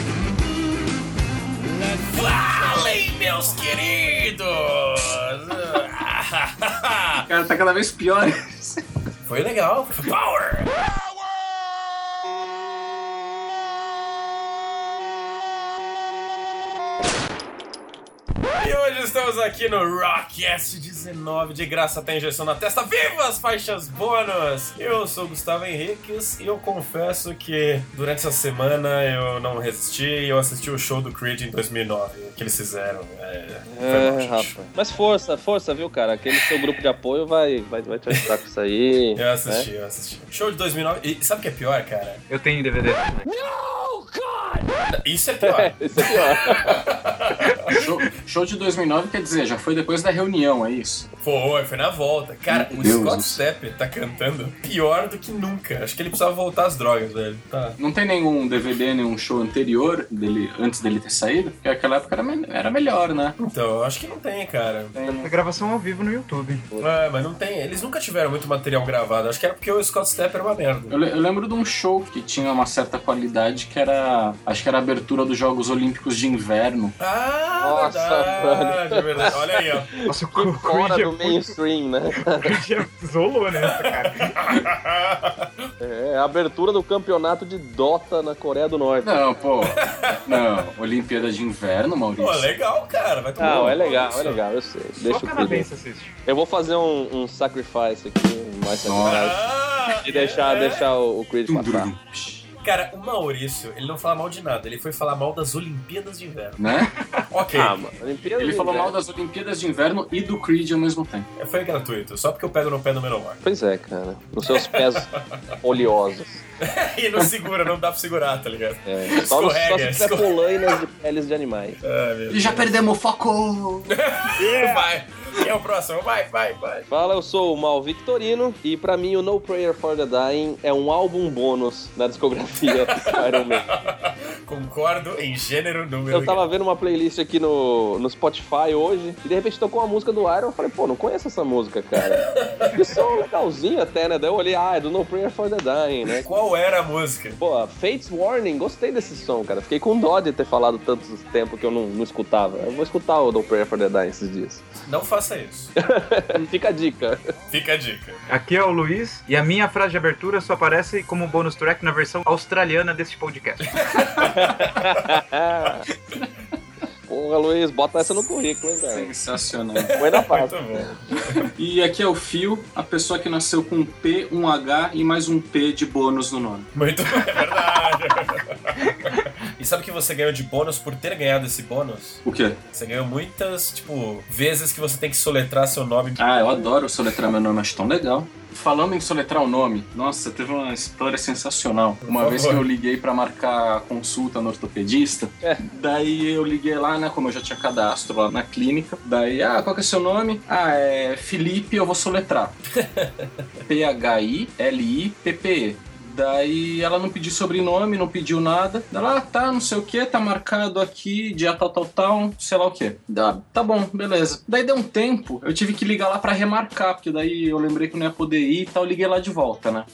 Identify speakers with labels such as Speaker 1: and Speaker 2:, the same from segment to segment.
Speaker 1: Ah,
Speaker 2: Cara, tá cada vez pior.
Speaker 1: Foi legal. Power! E hoje estamos aqui no Rockcast 19, de graça até injeção na testa. Viva as faixas bônus! Eu sou o Gustavo Henriques e eu confesso que durante essa semana eu não resisti e eu assisti o show do Creed em 2009, que eles fizeram. É,
Speaker 3: É,
Speaker 1: foi bom, gente.
Speaker 3: Rafa. Mas força, força, viu, cara? Aquele seu grupo de apoio vai, vai, vai te ajudar com isso aí. né?
Speaker 1: Eu assisti, eu assisti. Show de 2009. E sabe o que é pior, cara?
Speaker 4: Eu tenho DVD.
Speaker 1: Isso é
Speaker 3: Né?
Speaker 1: pior.
Speaker 3: É, isso é pior.
Speaker 2: Show, show de 2009 quer dizer, já foi depois da reunião, é isso?
Speaker 1: Foi, foi na volta. Cara,
Speaker 2: Meu
Speaker 1: o
Speaker 2: Deus.
Speaker 1: Scott Stepp tá cantando pior do que nunca. Acho que ele precisava voltar às drogas, velho. Tá.
Speaker 2: Não tem nenhum DVD, nenhum show anterior dele, antes dele ter saído? Porque aquela época era, me- era melhor, né?
Speaker 1: Então, eu acho que não tem, cara.
Speaker 4: A gravação ao vivo no YouTube.
Speaker 1: É, mas não tem. Eles nunca tiveram muito material gravado. Acho que era porque o Scott Stepp era uma merda.
Speaker 2: Eu, le- eu lembro de um show que tinha uma certa qualidade que era. Acho que era a abertura dos Jogos Olímpicos de Inverno.
Speaker 1: Ah,
Speaker 3: Nossa,
Speaker 1: verdade, verdade. Olha aí, ó.
Speaker 4: Nossa, o
Speaker 3: Que fora
Speaker 4: Creed é
Speaker 3: do mainstream, né?
Speaker 4: muito- Zolou nessa, cara.
Speaker 3: É, a abertura do campeonato de Dota na Coreia do Norte.
Speaker 2: Não, pô. Não, Olimpíada de Inverno,
Speaker 1: Pô,
Speaker 2: Maurício.
Speaker 1: legal, cara. Vai tomar
Speaker 3: Não,
Speaker 1: um
Speaker 3: é legal,
Speaker 1: pau
Speaker 3: é
Speaker 1: nisso.
Speaker 3: legal, eu sei.
Speaker 4: Só
Speaker 3: Deixa o
Speaker 4: canadense
Speaker 3: Creed.
Speaker 4: assiste.
Speaker 3: Eu vou fazer um, um sacrifice aqui, um mais sacrifice.
Speaker 1: Ah,
Speaker 3: E deixar,
Speaker 1: é.
Speaker 3: deixar o, o Creed
Speaker 2: Tum,
Speaker 3: passar.
Speaker 2: dum, psh,
Speaker 1: Cara, o Maurício, ele não fala mal de nada. Ele foi falar mal das Olimpíadas de Inverno.
Speaker 2: Né?
Speaker 1: Ok,
Speaker 3: Ah, mano. Olimpíada né?
Speaker 2: Ele
Speaker 3: de
Speaker 2: falou mal
Speaker 3: inverno.
Speaker 2: das Olimpíadas de Inverno e do Creed ao mesmo tempo.
Speaker 1: É, foi gratuito. Só porque eu pego no pé do meu nome.
Speaker 3: Pois é, cara. Nos seus pés oleosos.
Speaker 1: E não segura, não dá pra segurar, tá ligado?
Speaker 3: É, só, no, só
Speaker 1: Escorrega,
Speaker 3: se tiver
Speaker 1: escorrega.
Speaker 3: polainas de peles de animais.
Speaker 1: Ai, É, meu
Speaker 2: E já perdemos o foco!
Speaker 1: Deus. Vai. Quem é o próximo? Vai, vai, vai.
Speaker 3: Fala, eu sou o Mal Victorino e pra mim o No Prayer for the Dying é um álbum bônus na discografia do Iron Man.
Speaker 1: Concordo em gênero, número
Speaker 3: Eu tava vendo uma playlist aqui no, no Spotify hoje e de repente tocou uma música do Iron. Eu falei, pô, não conheço essa música, cara. Que som legalzinho até, né? Daí eu olhei, ah, é do No Prayer for the Dying, né?
Speaker 1: Qual era a música?
Speaker 3: Pô, Fate's Warning, gostei desse som, cara. Fiquei com dó de ter falado tanto tempo que eu não, não escutava. Eu vou escutar o No Prayer for the Dying esses dias.
Speaker 1: Não faça isso.
Speaker 3: Fica a dica.
Speaker 1: Fica a dica.
Speaker 4: Aqui é o Luiz e a minha frase de abertura só aparece como bônus track na versão australiana deste podcast.
Speaker 3: Porra, Luiz, bota essa no currículo, hein, cara.
Speaker 2: Sensacional.
Speaker 3: Põe na parte.
Speaker 1: Muito bom.
Speaker 2: E aqui é o Fio, a pessoa que nasceu com um P, um H e mais um P de bônus no nome.
Speaker 1: Muito bom. É verdade. E sabe o que você ganhou de bônus por ter ganhado esse bônus?
Speaker 2: O quê?
Speaker 1: Você ganhou muitas, tipo, vezes que você tem que soletrar seu nome.
Speaker 2: Ah, eu adoro soletrar meu nome, acho tão legal. Falando em soletrar o nome, nossa, teve uma história sensacional. Uma
Speaker 1: favor.
Speaker 2: vez que eu liguei pra marcar consulta no ortopedista, daí eu liguei lá, né, como eu já tinha cadastro lá na clínica, daí, ah, qual que é seu nome? Ah, é Felipe, eu vou soletrar. P-H-I-L-I-P-P-E. Daí ela não pediu sobrenome, não pediu nada. Ela, ah, tá, não sei o que, tá marcado aqui, dia tal, tal, tal, sei lá o que. Tá bom, beleza. Daí deu um tempo, eu tive que ligar lá pra remarcar, porque daí eu lembrei que eu não ia poder ir e tal, liguei lá de volta, né?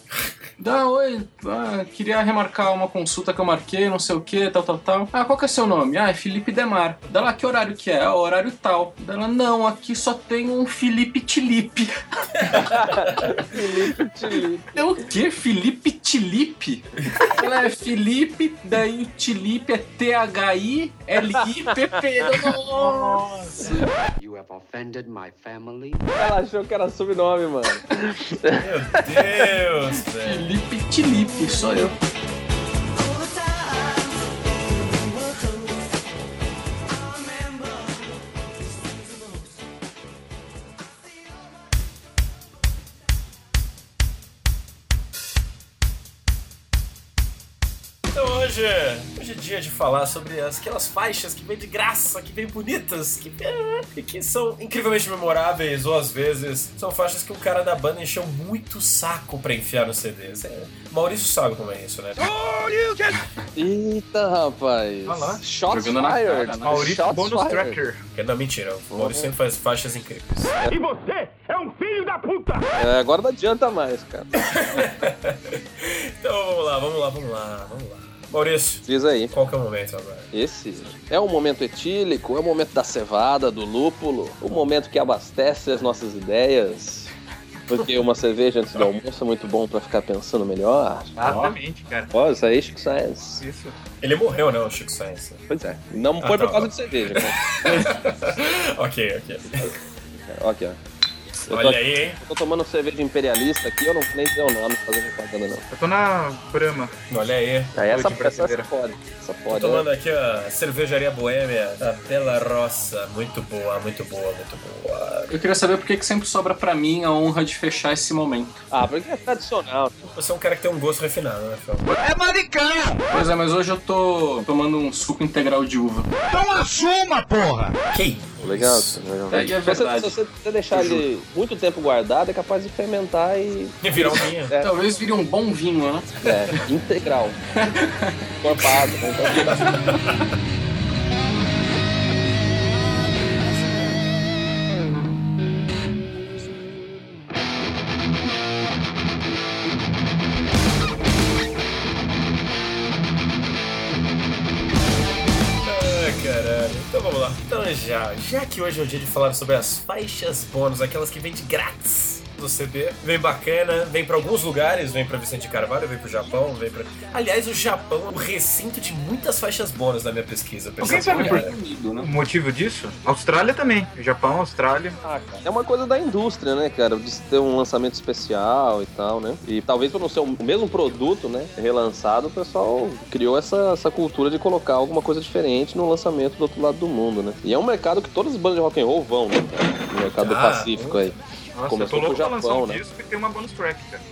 Speaker 2: Dá, oi, ah, queria remarcar uma consulta que eu marquei, não sei o que, tal, tal, tal. Ah, qual que é seu nome? Ah, é Felipe Demar. Daí ela, que horário que é? Ah, horário tal. Daí ela, não, aqui só tem um Felipe Tilipe.
Speaker 3: Felipe Tilipe.
Speaker 2: É o quê? Felipe Tilipe? Ela é Felipe, daí o Tilipe é T-H-I-L-I-P-P.
Speaker 5: You have offended my family.
Speaker 3: Ela achou que era sobrenome, mano.
Speaker 1: Meu Deus, velho.
Speaker 2: Felipe Tilipe, sou eu.
Speaker 1: Então hoje, hoje é dia de falar sobre as- aquelas faixas que vêm de graça, que vêm bonitas, que, e que são incrivelmente memoráveis, ou às vezes são faixas que o cara da banda encheu muito saco pra enfiar no CD. É, Maurício sabe como é isso, né?
Speaker 3: Eita, rapaz.
Speaker 4: Olha lá.
Speaker 3: Shots
Speaker 2: Jogando na cara,
Speaker 3: fired.
Speaker 2: né?
Speaker 4: Maurício
Speaker 3: Shots
Speaker 4: Bônus
Speaker 3: fired.
Speaker 4: Tracker.
Speaker 1: Porque Não, mentira, o Maurício sempre faz faixas incríveis.
Speaker 3: É, agora não adianta mais, cara.
Speaker 1: Então vamos lá, vamos lá, vamos lá, vamos lá. Maurício,
Speaker 3: Diz aí.
Speaker 1: qual que é o momento agora?
Speaker 3: Esse é um momento etílico, é o momento da cevada, do lúpulo, o momento que abastece as nossas ideias. Porque uma cerveja antes do almoço é muito bom pra ficar pensando melhor.
Speaker 4: Exatamente, cara.
Speaker 3: Ó, isso aí, Chico Science.
Speaker 4: Isso.
Speaker 1: Ele morreu, né, o Chico Science?
Speaker 3: Pois é. Não
Speaker 1: Ah,
Speaker 3: foi
Speaker 1: tá,
Speaker 3: por causa
Speaker 1: ó.
Speaker 3: de cerveja, né? cara.
Speaker 1: ok, ok.
Speaker 3: Aqui, ó. Eu tô,
Speaker 1: Olha aí, hein?
Speaker 3: eu tô tomando cerveja imperialista aqui, eu não nem dizer o nome fazendo propaganda, não.
Speaker 4: Eu tô na brama.
Speaker 1: Olha aí.
Speaker 3: Ah, essa,
Speaker 4: Noite
Speaker 3: essa,
Speaker 4: brasileira.
Speaker 3: essa pode. Essa
Speaker 1: Tô
Speaker 3: pode. né?
Speaker 1: tomando aqui a cervejaria boêmia da Bela Roça. Muito boa, muito boa, muito boa.
Speaker 2: Eu queria saber por que que sempre sobra pra mim a honra de fechar esse momento.
Speaker 3: Ah, porque é tradicional.
Speaker 1: Você é um cara que tem um gosto refinado, né, Fel?
Speaker 2: Pois é, mas hoje eu tô tomando um suco integral de uva.
Speaker 1: Que
Speaker 3: Legal,
Speaker 1: isso?
Speaker 3: legal.
Speaker 2: É, e é
Speaker 3: Tá Se você-
Speaker 2: verdade.
Speaker 3: Se você, se você deixar ele muito tempo guardado, é capaz de fermentar e
Speaker 1: E virar um vinho.
Speaker 3: É.
Speaker 2: Talvez vire um bom vinho, né?
Speaker 3: É, integral. né? Corpado.
Speaker 1: Ah, caralho. Então vamos lá. Então já, já que hoje é o dia de falar sobre as faixas bônus, aquelas que vêm de grátis do CD, vem bacana, vem pra alguns lugares, vem pra Vicente Carvalho, vem pro Japão, vem pra... Aliás, o Japão é o recinto de muitas faixas bônus na minha pesquisa.
Speaker 4: Alguém sabe por
Speaker 3: é
Speaker 1: Cara.
Speaker 2: Unido,
Speaker 4: O
Speaker 2: né?
Speaker 4: motivo disso? Austrália também. Japão, Austrália.
Speaker 3: É uma coisa da indústria, né, cara? De ter um lançamento especial e tal, né? E talvez por não ser o mesmo produto, né? Relançado, o pessoal criou essa, essa cultura de colocar alguma coisa diferente no lançamento do outro lado do mundo, né? E é um mercado que todas as bandas de rock and roll vão, né? cara? No mercado do
Speaker 1: Ah,
Speaker 3: Pacífico aí.
Speaker 4: Nossa,
Speaker 3: Começou
Speaker 4: eu tô louco
Speaker 3: com o
Speaker 4: pra lançar
Speaker 3: Japão,
Speaker 4: um
Speaker 3: né?
Speaker 4: disco e tem uma bonus track, cara.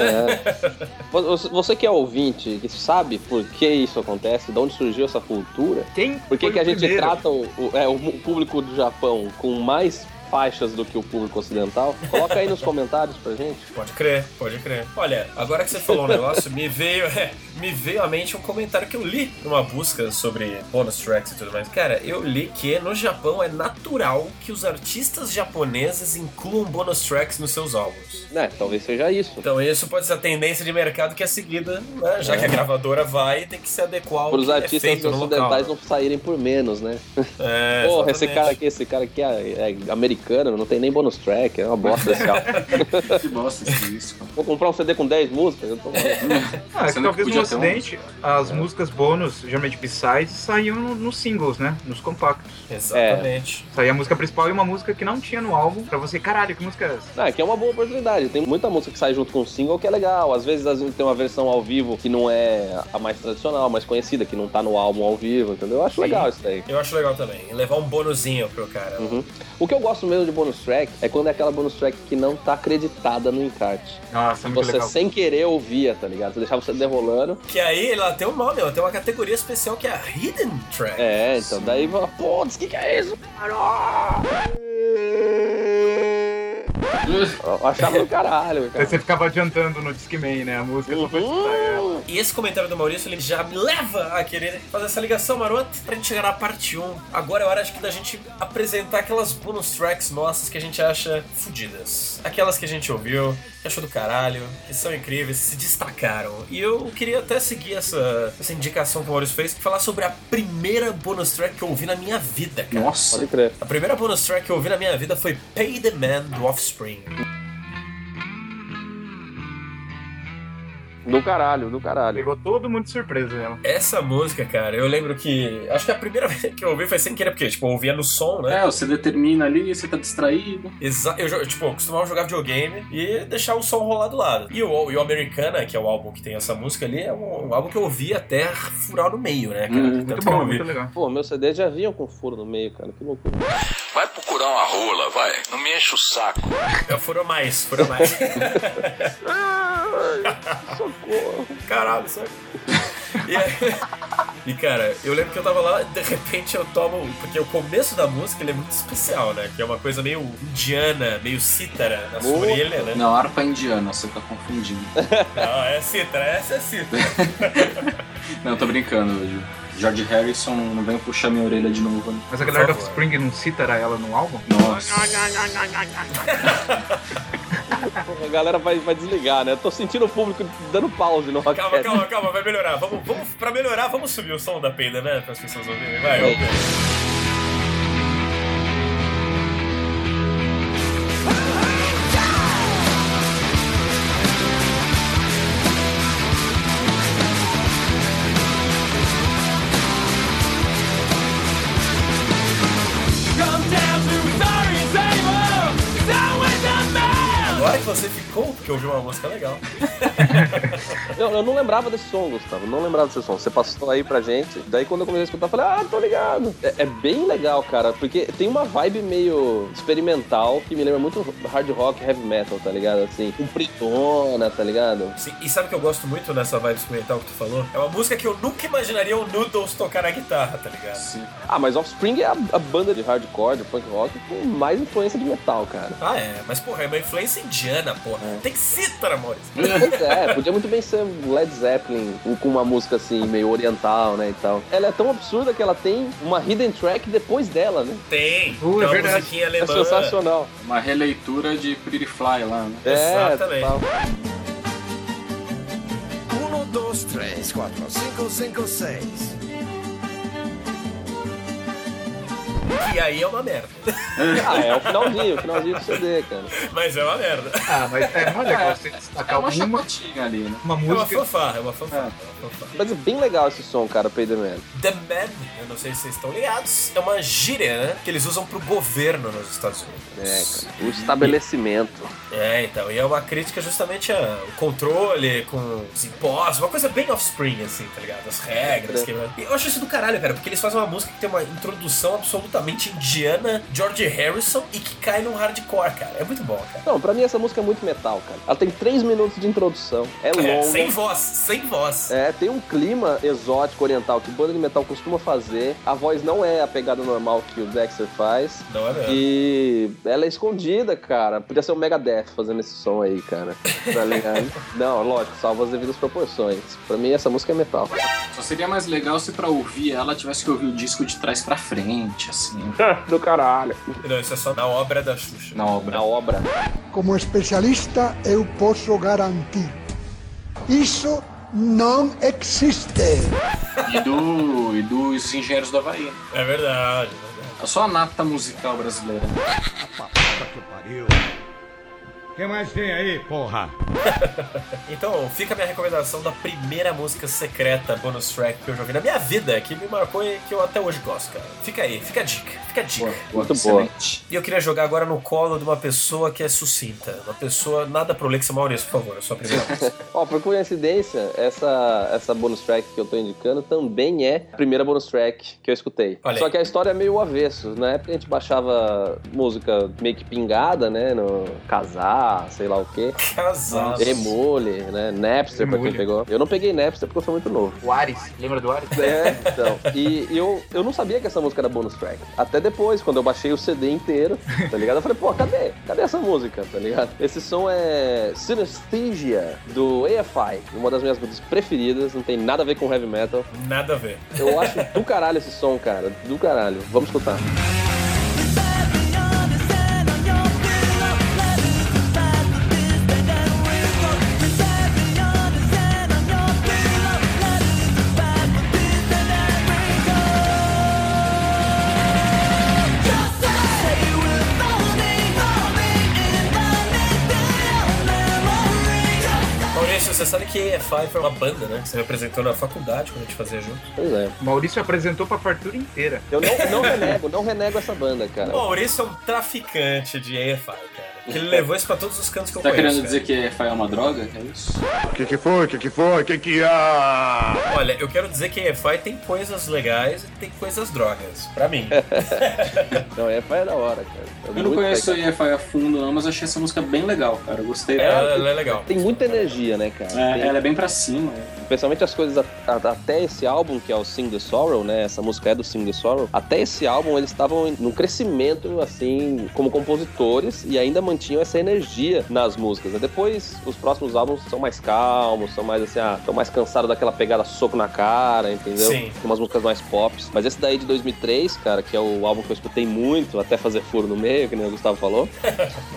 Speaker 3: É. Você- Você que é ouvinte, que sabe por que isso acontece, de onde surgiu essa cultura,
Speaker 4: Quem
Speaker 3: Por que,
Speaker 4: foi
Speaker 3: que a
Speaker 4: o
Speaker 3: gente
Speaker 4: primeiro?
Speaker 3: trata o, o- é, o mu- público do Japão com mais faixas do que o público ocidental? Coloca aí nos comentários pra gente.
Speaker 1: Pode crer, pode crer. Olha, agora que você falou um negócio, me veio, é, me veio à mente um comentário que eu li numa busca sobre bonus tracks e tudo mais. Cara, eu li que no Japão é natural que os artistas japoneses incluam bonus tracks nos seus álbuns.
Speaker 3: Né, talvez seja isso.
Speaker 1: Então isso pode ser a tendência de mercado que é seguida, né? Já que a gravadora vai, tem que se adequar ao
Speaker 3: Para os
Speaker 1: que é
Speaker 3: É. artistas
Speaker 1: feito no local. né?
Speaker 3: ocidentais não saírem por menos, né?
Speaker 1: É, exatamente.
Speaker 3: Porra, esse cara aqui, esse cara aqui é, é americano, não tem nem bonus track, é uma bosta esse álbum.
Speaker 2: Que bosta esse disco.
Speaker 3: Vou comprar um CD com 10 músicas, eu tô maluco.
Speaker 4: Ah, é
Speaker 2: Sendo
Speaker 4: que
Speaker 2: que
Speaker 4: talvez no
Speaker 2: podia ter um-
Speaker 4: ocidente as músicas bônus, geralmente B-sides, saíam no- nos singles, né? Nos
Speaker 3: É.
Speaker 4: compactos.
Speaker 1: Exatamente.
Speaker 4: Saía a música principal e uma música que não tinha no álbum pra você, caralho, que música é essa?
Speaker 3: Ah, que é uma boa oportunidade. Tem muita música que sai junto com o single que é legal. Às vezes às vezes, tem uma versão ao vivo que não é a mais tradicional, a mais conhecida, que não tá no álbum ao vivo, entendeu? Eu acho legal isso daí.
Speaker 1: Eu acho legal também. Levar um bonuzinho pro cara.
Speaker 3: Uhum. O que eu gosto mesmo de bonus track é quando é aquela bonus track que não tá acreditada no encarte.
Speaker 4: Nossa, muito
Speaker 3: Você
Speaker 4: legal.
Speaker 3: sem querer ouvia, tá ligado? Você deixava você derrolando.
Speaker 1: Que aí ela tem um nome, ela tem uma categoria especial que é a Hidden Track.
Speaker 3: É, então daí fala, putz, o que, que é isso, cara? Eu achava do caralho,
Speaker 4: Aí
Speaker 3: cara.
Speaker 4: você ficava adiantando no Discman, né? A música só pra escutar ela.
Speaker 3: Uhum.
Speaker 1: E esse comentário do Maurício, ele já me leva a querer fazer essa ligação marota pra gente chegar na parte 1. Agora é hora, acho que, da gente apresentar aquelas bonus tracks nossas que a gente acha fodidas. Aquelas que a gente ouviu, que achou do caralho, que são incríveis, que se destacaram. E eu queria até seguir essa, essa indicação que o Maurício fez, falar sobre a primeira bonus track que eu ouvi na minha vida, cara.
Speaker 2: Nossa.
Speaker 3: Pode crer.
Speaker 1: A primeira bonus track que eu ouvi na minha vida foi Pay the Man do Offspring.
Speaker 3: Do caralho, do caralho.
Speaker 4: Pegou todo mundo de surpresa ela.
Speaker 1: Essa música, cara, eu lembro que. Acho que a primeira vez que eu ouvi foi sem querer, porque, tipo, eu ouvia no som, né?
Speaker 2: É, você determina ali, você tá distraído.
Speaker 1: Exa eu, jo- tipo, eu costumava jogar videogame e deixar o som rolar do lado. E o, e o Americana, que é o álbum que tem essa música ali, é um, um álbum que eu ouvi até furar no meio, né, cara?
Speaker 2: Hum,
Speaker 1: Tanto
Speaker 4: Muito
Speaker 1: que eu
Speaker 4: bom,
Speaker 1: ouvi.
Speaker 4: muito legal.
Speaker 3: Pô, meus CDs já vinham com furo no meio, cara. Que loucura.
Speaker 6: Vai procurar uma rola, vai. Não me enche o saco.
Speaker 1: Eu Furou mais, furou mais.
Speaker 3: Socorro.
Speaker 1: Caralho, sabe? E, aí- e, cara, eu lembro que eu tava lá, de repente eu tomo. Porque o começo da música ele é muito especial, né? Que é uma coisa meio indiana, meio cítara na sua
Speaker 3: Boa.
Speaker 1: orelha, né?
Speaker 2: Não, harpa indiana, você tá confundindo.
Speaker 1: Não, é cítara, essa é cítara.
Speaker 2: Não, tô brincando, Ju. George Harrison não vem puxar minha orelha de novo. né?
Speaker 4: Mas a galera do
Speaker 1: favor.
Speaker 4: Offspring não citara ela no álbum?
Speaker 2: Nossa.
Speaker 3: A galera vai, vai desligar, né? Tô sentindo o público dando pause no Rockcast.
Speaker 1: Calma, calma, calma, vai melhorar. Vamos, vamos, pra melhorar, vamos subir o som da peida, né? Para as pessoas ouvirem. Vai,
Speaker 3: Vai.
Speaker 1: vamos. Agora que você ficou, porque ouviu uma música legal.
Speaker 3: Eu, eu não lembrava desse som, Gustavo. Não lembrava desse som. Você passou aí pra gente. Daí quando eu comecei a escutar, eu falei, ah, tô ligado. É, é bem legal, cara. Porque tem uma vibe meio experimental que me lembra muito hard rock, heavy metal, tá ligado? Assim, um pritona, tá ligado?
Speaker 1: Sim, e sabe o que eu gosto muito nessa vibe experimental que tu falou? É uma música que eu nunca imaginaria o Noodles tocar na guitarra, tá ligado?
Speaker 2: Sim.
Speaker 3: Ah, mas Offspring é a, a banda de hardcore, de punk rock, com mais influência de metal, cara.
Speaker 1: Ah, é, mas porra, é uma influência indiana, porra.
Speaker 4: É.
Speaker 1: Tem tá, cítara, amores.
Speaker 3: Pois é, podia muito bem ser um Led Zeppelin um- com uma música assim, meio oriental, né, e tal. Ela é tão absurda que ela tem uma hidden track depois dela, né?
Speaker 1: Tem.
Speaker 4: Uh,
Speaker 1: tem
Speaker 4: é
Speaker 1: uma
Speaker 4: verdade.
Speaker 1: musiquinha
Speaker 3: É
Speaker 1: alemã.
Speaker 3: sensacional.
Speaker 2: Uma releitura de Pretty Fly lá, né?
Speaker 3: É,
Speaker 1: Exatamente.
Speaker 3: tal.
Speaker 7: Uno, dos, tres, cuatro, cinco, cinco, seis.
Speaker 1: Que aí é uma merda.
Speaker 3: Ah, é o finalzinho, o finalzinho do CD, cara.
Speaker 1: Mas é uma merda.
Speaker 4: Ah, mas é mais legal você
Speaker 2: É
Speaker 4: destacar
Speaker 2: uma
Speaker 4: uma,
Speaker 2: chapatinha ali, né?
Speaker 4: uma
Speaker 1: É uma
Speaker 4: música. Ah.
Speaker 1: fanfarra, é uma fanfarra. É. uma fanfarra.
Speaker 3: Mas é bem legal esse som, cara, Payday Man.
Speaker 1: The Man, eu não sei se vocês estão ligados, é uma gíria, né? Que eles usam pro governo nos Estados Unidos.
Speaker 3: É, cara. O estabelecimento.
Speaker 1: É, então, e é uma crítica justamente ao controle, com os impostos, uma coisa bem offspring, assim, tá ligado? As
Speaker 3: É.
Speaker 1: regras. Que... E Eu acho isso do caralho, cara, porque eles fazem uma música que tem uma introdução absolutamente indiana, George Harrison, e que cai num hardcore, cara. É muito bom, cara.
Speaker 3: Não, pra mim essa música é muito metal, cara. Ela tem três minutos de introdução, é
Speaker 1: É,
Speaker 3: longa.
Speaker 1: sem voz, sem voz.
Speaker 3: É, tem um clima exótico oriental que banda de metal costuma fazer. A voz não é a pegada normal que o Dexter faz.
Speaker 1: Não é mesmo?
Speaker 3: E ela é escondida, cara. Podia ser o Megadeth fazendo esse som aí, cara. Tá ligado? não, lógico, salvo as devidas proporções. Pra mim, essa música é metal.
Speaker 2: Só seria mais legal se pra ouvir ela tivesse que ouvir o disco de trás pra frente, assim,
Speaker 3: Do caralho.
Speaker 1: Não, isso é só na obra da Xuxa.
Speaker 2: na obra.
Speaker 3: Na obra.
Speaker 8: Como especialista, é eu posso garantir. Isso não existe.
Speaker 2: E, do, e dos engenheiros do Havaí. né?
Speaker 1: É verdade, é verdade.
Speaker 2: É só a nata musical brasileira.
Speaker 7: que mais tem aí, porra?
Speaker 1: Então, fica a minha recomendação da primeira música secreta bonus track que eu já ouvi na minha vida, que me marcou e que eu até hoje gosto, cara. Fica aí, fica a dica, fica a dica.
Speaker 2: Boa, boa,
Speaker 3: Muito boa.
Speaker 2: excelente.
Speaker 1: E eu queria jogar agora no colo de uma pessoa que é sucinta. Uma pessoa nada prolixa. Maurício, por favor, é a sua primeira música.
Speaker 3: Ó, por coincidência, essa, essa bonus track que eu tô indicando também é a primeira bonus track que eu escutei.
Speaker 1: Olha aí.
Speaker 3: Só que a história é meio avesso. Na época a gente baixava música meio que pingada, né? No casar, sei lá o quê.
Speaker 1: Casal.
Speaker 2: Nossa.
Speaker 3: Emule, né? Napster pra
Speaker 4: Emule.
Speaker 3: quem pegou. Eu não peguei Napster porque eu sou muito novo.
Speaker 4: O Ares, lembra do Ares?
Speaker 3: É, então. E eu, eu não sabia que essa música era bonus track. Até depois, quando eu baixei o CD inteiro, tá ligado? Eu falei, pô, cadê? Cadê essa música, tá ligado? Esse som é Synesthesia, do AFI, uma das minhas bandas preferidas, não tem nada a ver com heavy metal.
Speaker 1: Nada a ver.
Speaker 3: Eu acho do caralho esse som, cara, do caralho. Vamos escutar.
Speaker 1: Maurício, você sabe que EFI foi uma banda, né? Que você me apresentou na faculdade quando a gente fazia junto.
Speaker 3: Pois é.
Speaker 4: Maurício apresentou pra fartura inteira.
Speaker 3: Eu não, não renego, não renego essa banda, cara.
Speaker 1: Maurício é um traficante de EFI, cara. Ele levou isso pra todos os cantos que eu
Speaker 2: Tá
Speaker 1: conheço.
Speaker 2: querendo
Speaker 1: cara.
Speaker 2: dizer que EFI é uma droga? É isso?
Speaker 7: Que que foi? Que que foi? Que que há?
Speaker 1: Olha, eu quero dizer que EFI tem coisas legais e tem coisas drogas. Pra mim.
Speaker 3: Não, AFI é da hora, cara. É
Speaker 2: Eu não
Speaker 3: muito
Speaker 2: conheço
Speaker 3: legal.
Speaker 2: EFI a fundo, não, mas achei essa música bem legal, cara. Eu gostei dela.
Speaker 1: Ela, ela é legal.
Speaker 3: Tem muita energia, né, cara?
Speaker 2: É,
Speaker 3: Tem-
Speaker 2: ela é bem pra cima.
Speaker 3: Principalmente as coisas a- a- até esse álbum, que é o Sing the Sorrow, né? Essa música é do Sing the Sorrow. Até esse álbum eles estavam em- num crescimento, assim, como compositores e ainda man- mantinham essa energia nas músicas. né? Depois, os próximos álbuns são mais calmos, são mais assim, ah, estão mais cansados daquela pegada soco na cara, entendeu?
Speaker 1: Sim.
Speaker 3: Tem umas músicas mais pop. Mas esse daí de 2003, cara, que é o álbum que eu escutei muito, até fazer furo no meio, que nem o Gustavo falou.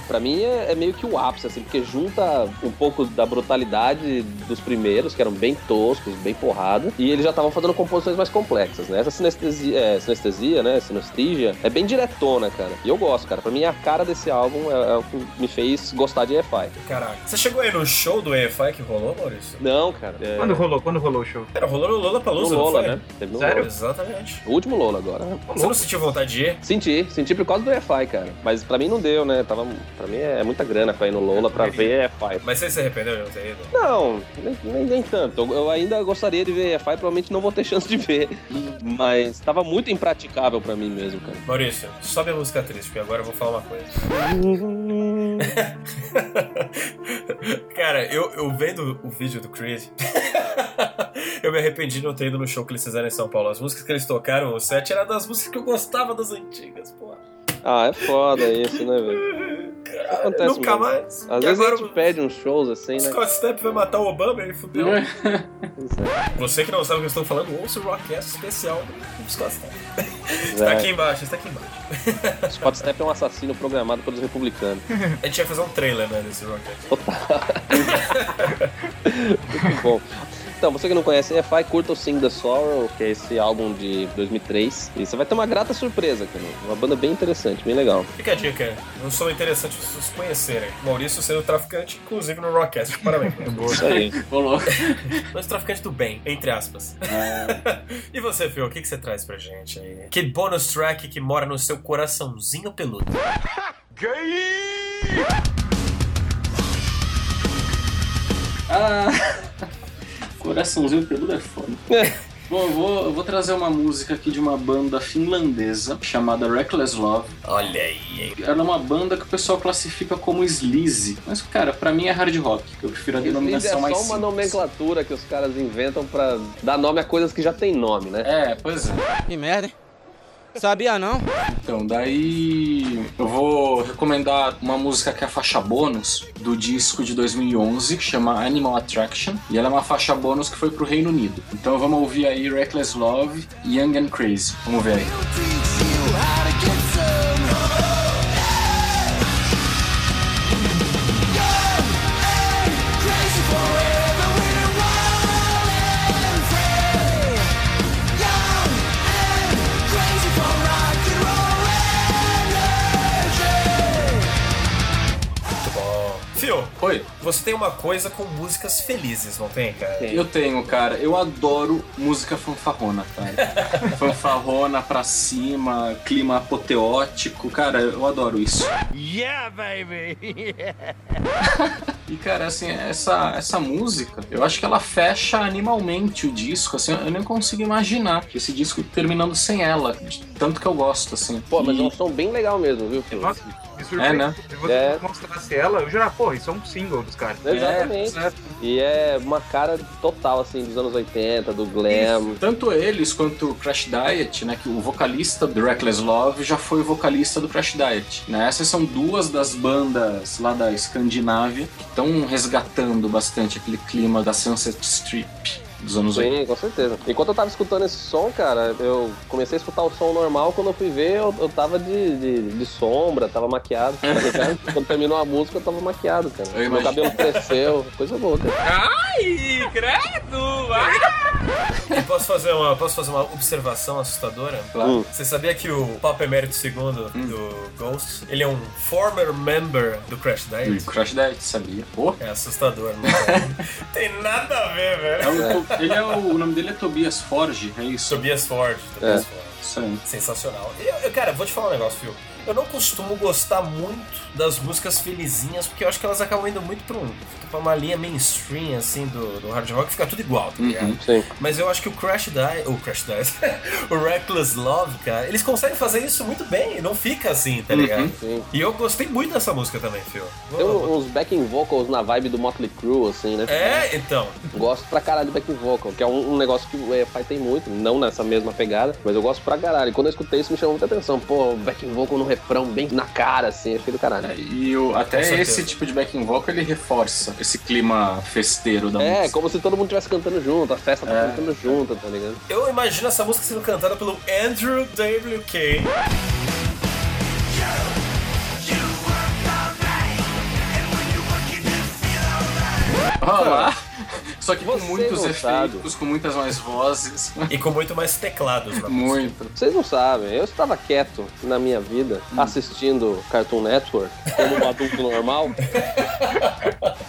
Speaker 3: Pra mim é, é meio que o ápice, assim, porque junta um pouco da brutalidade dos primeiros, que eram bem toscos, bem porrada, e eles já estavam fazendo composições mais complexas, né? Essa sinestesia, é, sinestesia, né? Sinestesia, é bem diretona, cara. E eu gosto, cara. Pra mim a cara desse álbum é, é o que me fez gostar de EFI.
Speaker 1: Caraca. Você chegou aí no show do EFI que rolou, Maurício?
Speaker 3: Não, cara. É,
Speaker 4: Quando rolou? Quando rolou o show?
Speaker 1: Cara, rolou no Lola
Speaker 3: no
Speaker 1: Palusa,
Speaker 3: Lola, né? Teve no
Speaker 4: Sério?
Speaker 3: Lola.
Speaker 1: Exatamente.
Speaker 3: O último Lola agora, né?
Speaker 1: Você não sentiu vontade de ir?
Speaker 3: Senti, senti por causa do EFI, cara. Mas pra mim não deu, né? Tava, pra mim é muita grana pra ir no Lola pra ver EFI.
Speaker 1: Mas você se arrependeu de não ter ido?
Speaker 3: Não, nem, nem- nem tanto. Eu, eu ainda gostaria de ver EFI, provavelmente não vou ter chance de ver. Mas tava muito impraticável pra mim mesmo, cara.
Speaker 1: Maurício, sobe a música triste, porque agora eu vou falar uma coisa. Cara, eu, eu vendo o vídeo do Creed, eu me arrependi de não ter ido no show que eles fizeram em São Paulo. As músicas que eles tocaram, o set, era das músicas que eu gostava das antigas, pô.
Speaker 3: Ah, é foda isso, né, velho?
Speaker 1: Nunca
Speaker 3: acontece É assim mesmo.
Speaker 1: mais.
Speaker 3: Às
Speaker 1: e
Speaker 3: vezes
Speaker 1: agora
Speaker 3: a gente pede uns shows assim,
Speaker 1: o
Speaker 3: né? É.
Speaker 1: Scott Stapp vai matar o Obama, ele fudeu. Você que não sabe o que eu estou falando, ouça o Rockcast especial do Scott Stapp. Está aqui embaixo, está aqui embaixo.
Speaker 3: É. Scott Stepp é um assassino programado pelos republicanos.
Speaker 1: A gente ia fazer um trailer, né, desse Rockcast.
Speaker 3: Muito bom. Então, você que não conhece EFI, curta o Sing the Sorrow, que é esse álbum de 2003. E você vai ter uma grata surpresa, cara. Uma banda bem interessante, bem legal.
Speaker 1: Fica a dica, não sou interessante vocês conhecerem. Maurício sendo traficante, inclusive no Rockcast. Parabéns.
Speaker 3: Isso aí.
Speaker 2: Ô, louco.
Speaker 1: Mas traficante do bem, entre aspas. e você, Phil, o que, que você traz pra gente aí? Que bônus track que mora no seu coraçãozinho peludo.
Speaker 2: Ah, coraçãozinho peludo é foda. Bom, eu vou, eu vou trazer uma música aqui de uma banda finlandesa chamada Reckless Love.
Speaker 1: Olha aí, hein?
Speaker 2: Ela é uma banda que o pessoal classifica como sleaze, mas cara, pra mim é hard rock, que eu prefiro a
Speaker 3: Isso é
Speaker 2: denominação
Speaker 3: só uma
Speaker 2: mais simples.
Speaker 3: nomenclatura que os caras inventam pra dar nome a coisas que já tem nome, né?
Speaker 2: É, pois é.
Speaker 9: Que merda, hein? Sabia não?
Speaker 2: Então, daí eu vou recomendar uma música que é a faixa bônus do disco de 2011, que chama Animal Attraction, e ela é uma faixa bônus que foi pro Reino Unido. Então vamos ouvir aí Reckless Love, Young and Crazy. Vamos ver aí.
Speaker 1: Muito bom. Phil,
Speaker 2: Oi.
Speaker 1: você tem uma coisa com músicas felizes, não tem, cara?
Speaker 2: Eu tenho, cara. Eu adoro música fanfarrona, cara. fanfarrona pra cima, clima apoteótico. Cara, eu adoro isso.
Speaker 7: Yeah, baby!
Speaker 2: E, cara, assim, essa, essa música, eu acho que ela fecha animalmente o disco. Assim, eu nem consigo imaginar esse disco terminando sem ela. de tanto que eu gosto, assim.
Speaker 3: Pô, mas
Speaker 2: E-
Speaker 3: é um som bem legal mesmo, viu, filho?
Speaker 4: Nossa, me surpreende.
Speaker 2: É, né?
Speaker 4: Se você
Speaker 3: É.
Speaker 4: mostrasse ela, eu jurava, pô, isso é um single dos caras.
Speaker 3: Exatamente.
Speaker 2: É,
Speaker 3: E é uma cara total, assim, dos anos 80, do glam.
Speaker 2: Tanto eles quanto o Crash Diet, né? Que o vocalista do Reckless Love já foi o vocalista do Crash Diet. Né? Essas são duas das bandas lá da Escandinávia que estão resgatando bastante aquele clima da Sunset Strip dos anos 80.
Speaker 3: Sim, com certeza. Enquanto eu tava escutando esse som, cara, eu comecei a escutar o som normal. Quando eu fui ver, eu, eu tava de, de, de sombra, tava maquiado. Quando terminou a música, eu tava maquiado, cara.
Speaker 2: Eu
Speaker 3: Meu
Speaker 2: imagino.
Speaker 3: cabelo cresceu, coisa boa, cara.
Speaker 1: Eu posso fazer uma, posso fazer uma observação assustadora?
Speaker 2: Claro.
Speaker 3: Hum.
Speaker 1: Você sabia que o Papa Emérito II do Ghost, ele é um former member do Crash
Speaker 2: E
Speaker 1: Diet?
Speaker 2: o Crash Diet, Hum, sabia? Pô.
Speaker 1: É assustador, não tem nada a ver,
Speaker 2: É
Speaker 1: velho.
Speaker 2: o, ele é o, o nome dele é Tobias Forge, é isso?
Speaker 1: Tobias Ford, Tobias
Speaker 3: É.
Speaker 1: Ford.
Speaker 2: Isso aí.
Speaker 1: Sensacional. Eu, eu, cara, vou te falar um negócio, Phil. Eu não costumo gostar muito das músicas felizinhas, porque eu acho que elas acabam indo muito pra, um, pra uma linha mainstream, assim, do, do hard rock, fica tudo igual, tá ligado?
Speaker 3: Sim.
Speaker 1: Mas eu acho que o Crash Diet, o Crash Diet, o Reckless Love, cara, eles conseguem fazer isso muito bem, não fica assim, tá ligado?
Speaker 3: Uhum. sim.
Speaker 1: E eu gostei muito dessa música também, Phil.
Speaker 3: Tem um- uns backing vocals na vibe do Motley Crue, assim, né?
Speaker 1: É, então.
Speaker 3: Gosto pra caralho do back vocal, que é um, um negócio que é, pai tem muito, não nessa mesma pegada, mas eu gosto pra caralho. E quando eu escutei isso me chamou muita atenção. Pô, back vocal no refrão bem na cara, assim, achei do caralho.
Speaker 2: É, E o, até
Speaker 1: Com certeza.
Speaker 2: esse tipo de backing vocal ele reforça esse clima festeiro da
Speaker 3: É,
Speaker 2: música.
Speaker 3: como se todo mundo estivesse cantando junto, a festa tá
Speaker 2: É.
Speaker 3: cantando junto, tá ligado?
Speaker 1: Eu imagino essa música sendo cantada pelo Andrew WK.
Speaker 2: Olha lá. Só que com
Speaker 3: Você é
Speaker 2: muitos
Speaker 3: não
Speaker 2: efeitos,
Speaker 3: sabe.
Speaker 2: com muitas mais vozes.
Speaker 1: E com muito mais teclados na música.
Speaker 2: Muito.
Speaker 3: Vocês não sabem, eu estava quieto na minha vida assistindo Cartoon Network como um adulto normal.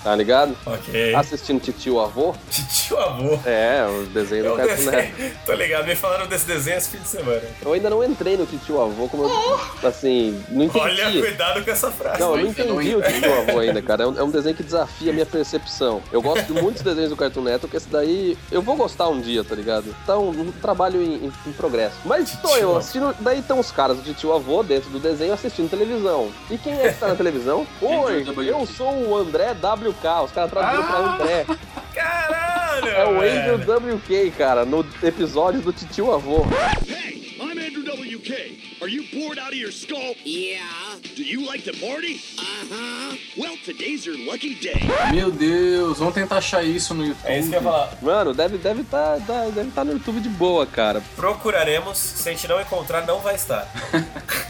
Speaker 3: Tá ligado?
Speaker 1: Ok.
Speaker 3: Assistindo Titio Avô.
Speaker 1: Titio Amor.
Speaker 3: É, o desenho
Speaker 1: Eu
Speaker 3: do Cartoon Network.
Speaker 1: Tô ligado, me falaram desse desenho esse fim de semana.
Speaker 3: Eu ainda não entrei no Titio Avô, como eu. Assim, não entendi.
Speaker 1: Olha, cuidado com essa frase.
Speaker 3: Não, eu não
Speaker 2: Ainda não
Speaker 3: entendi o Titio Avô ainda, cara. É um, é um desenho que desafia a minha percepção. Eu gosto de muitos desenhos do Cartoon Network, esse daí eu vou gostar um dia, tá ligado? Então, um trabalho em, em- em progresso. Mas tô
Speaker 1: Titio
Speaker 3: eu
Speaker 1: Avô.
Speaker 3: assistindo. Daí estão os caras do Titio Avô dentro do desenho assistindo televisão. E quem é que tá na televisão? Oi,
Speaker 2: Andrew WK.
Speaker 3: eu sou o André WK. Os caras traduziram pra André.
Speaker 1: Caralho!
Speaker 3: É o
Speaker 1: velho.
Speaker 3: Andrew WK, cara, no episódio do Titio Avô.
Speaker 10: Hey, I'm Andrew WK. Are you bored out of your skull?
Speaker 5: Yeah.
Speaker 10: Do you like to party?
Speaker 5: Uh-huh.
Speaker 10: Well, today's your lucky day.
Speaker 2: Meu Deus, vamos tentar achar isso no YouTube.
Speaker 1: É isso que eu ia falar.
Speaker 3: Mano, deve deve tá, tá- deve tá no YouTube de boa, cara.
Speaker 1: Procuraremos. Se a gente não encontrar, não vai estar.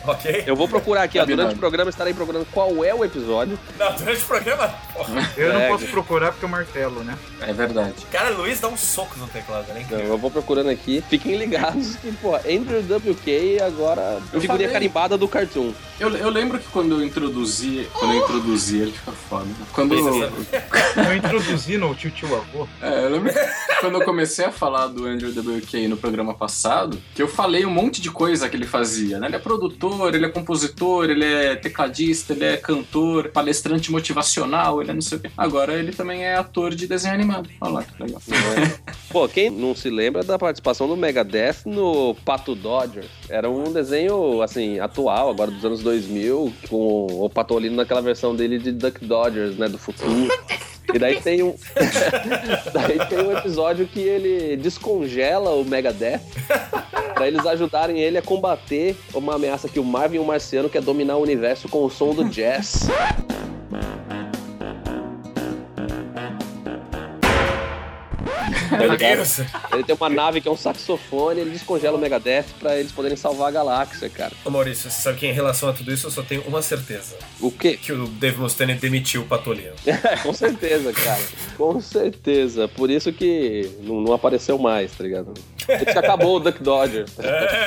Speaker 1: ok?
Speaker 3: Eu vou procurar aqui, ó.
Speaker 2: Combinado.
Speaker 3: Durante o programa estarei procurando qual é o episódio.
Speaker 1: Não, durante o programa. Porra.
Speaker 4: Eu não
Speaker 3: É,
Speaker 4: posso procurar porque eu martelo, né?
Speaker 2: É verdade.
Speaker 1: Cara, o Luiz dá um soco no teclado, né?
Speaker 3: Eu vou procurando aqui. Fiquem ligados que, pô, Andrew WK agora
Speaker 2: Eu
Speaker 3: figurinha
Speaker 2: falei.
Speaker 3: carimbada do Cartoon.
Speaker 2: Eu, eu lembro que quando eu introduzi, quando eu introduzi, ele fica foda. Quando
Speaker 4: Eu introduzi no tio tio avô.
Speaker 2: É, eu lembro que quando eu comecei a falar do Andrew WK no programa passado, que eu falei um monte de coisa que ele fazia, né? Ele é produtor, ele é compositor, ele é tecladista, ele é cantor, palestrante motivacional, ele é não sei o quê. Agora ele também é ator de desenho animado. Olha lá, que legal.
Speaker 3: Pô, quem não se lembra da participação do Megadeth no Pato Dodgers? Era um desenho, assim, atual, agora dos anos 2000, com o Patolino naquela versão dele de Duck Dodgers, né, do futuro. E daí tem um... daí tem um episódio que ele descongela o Megadeth pra eles ajudarem ele a combater uma ameaça que o Marvin e o Marciano quer dominar o universo com o som do jazz. Tá
Speaker 1: Meu Deus.
Speaker 3: Ele tem uma nave que é um saxofone, ele descongela o Megadeth pra eles poderem salvar a galáxia, cara.
Speaker 1: Ô Maurício, você sabe que em relação a tudo isso eu só tenho uma certeza.
Speaker 3: O quê?
Speaker 1: Que o Dave Mustaine demitiu o Patolino.
Speaker 3: Com certeza, cara. Com certeza. Por isso que não, não apareceu mais, tá ligado? Por isso que acabou o Duck Dodger.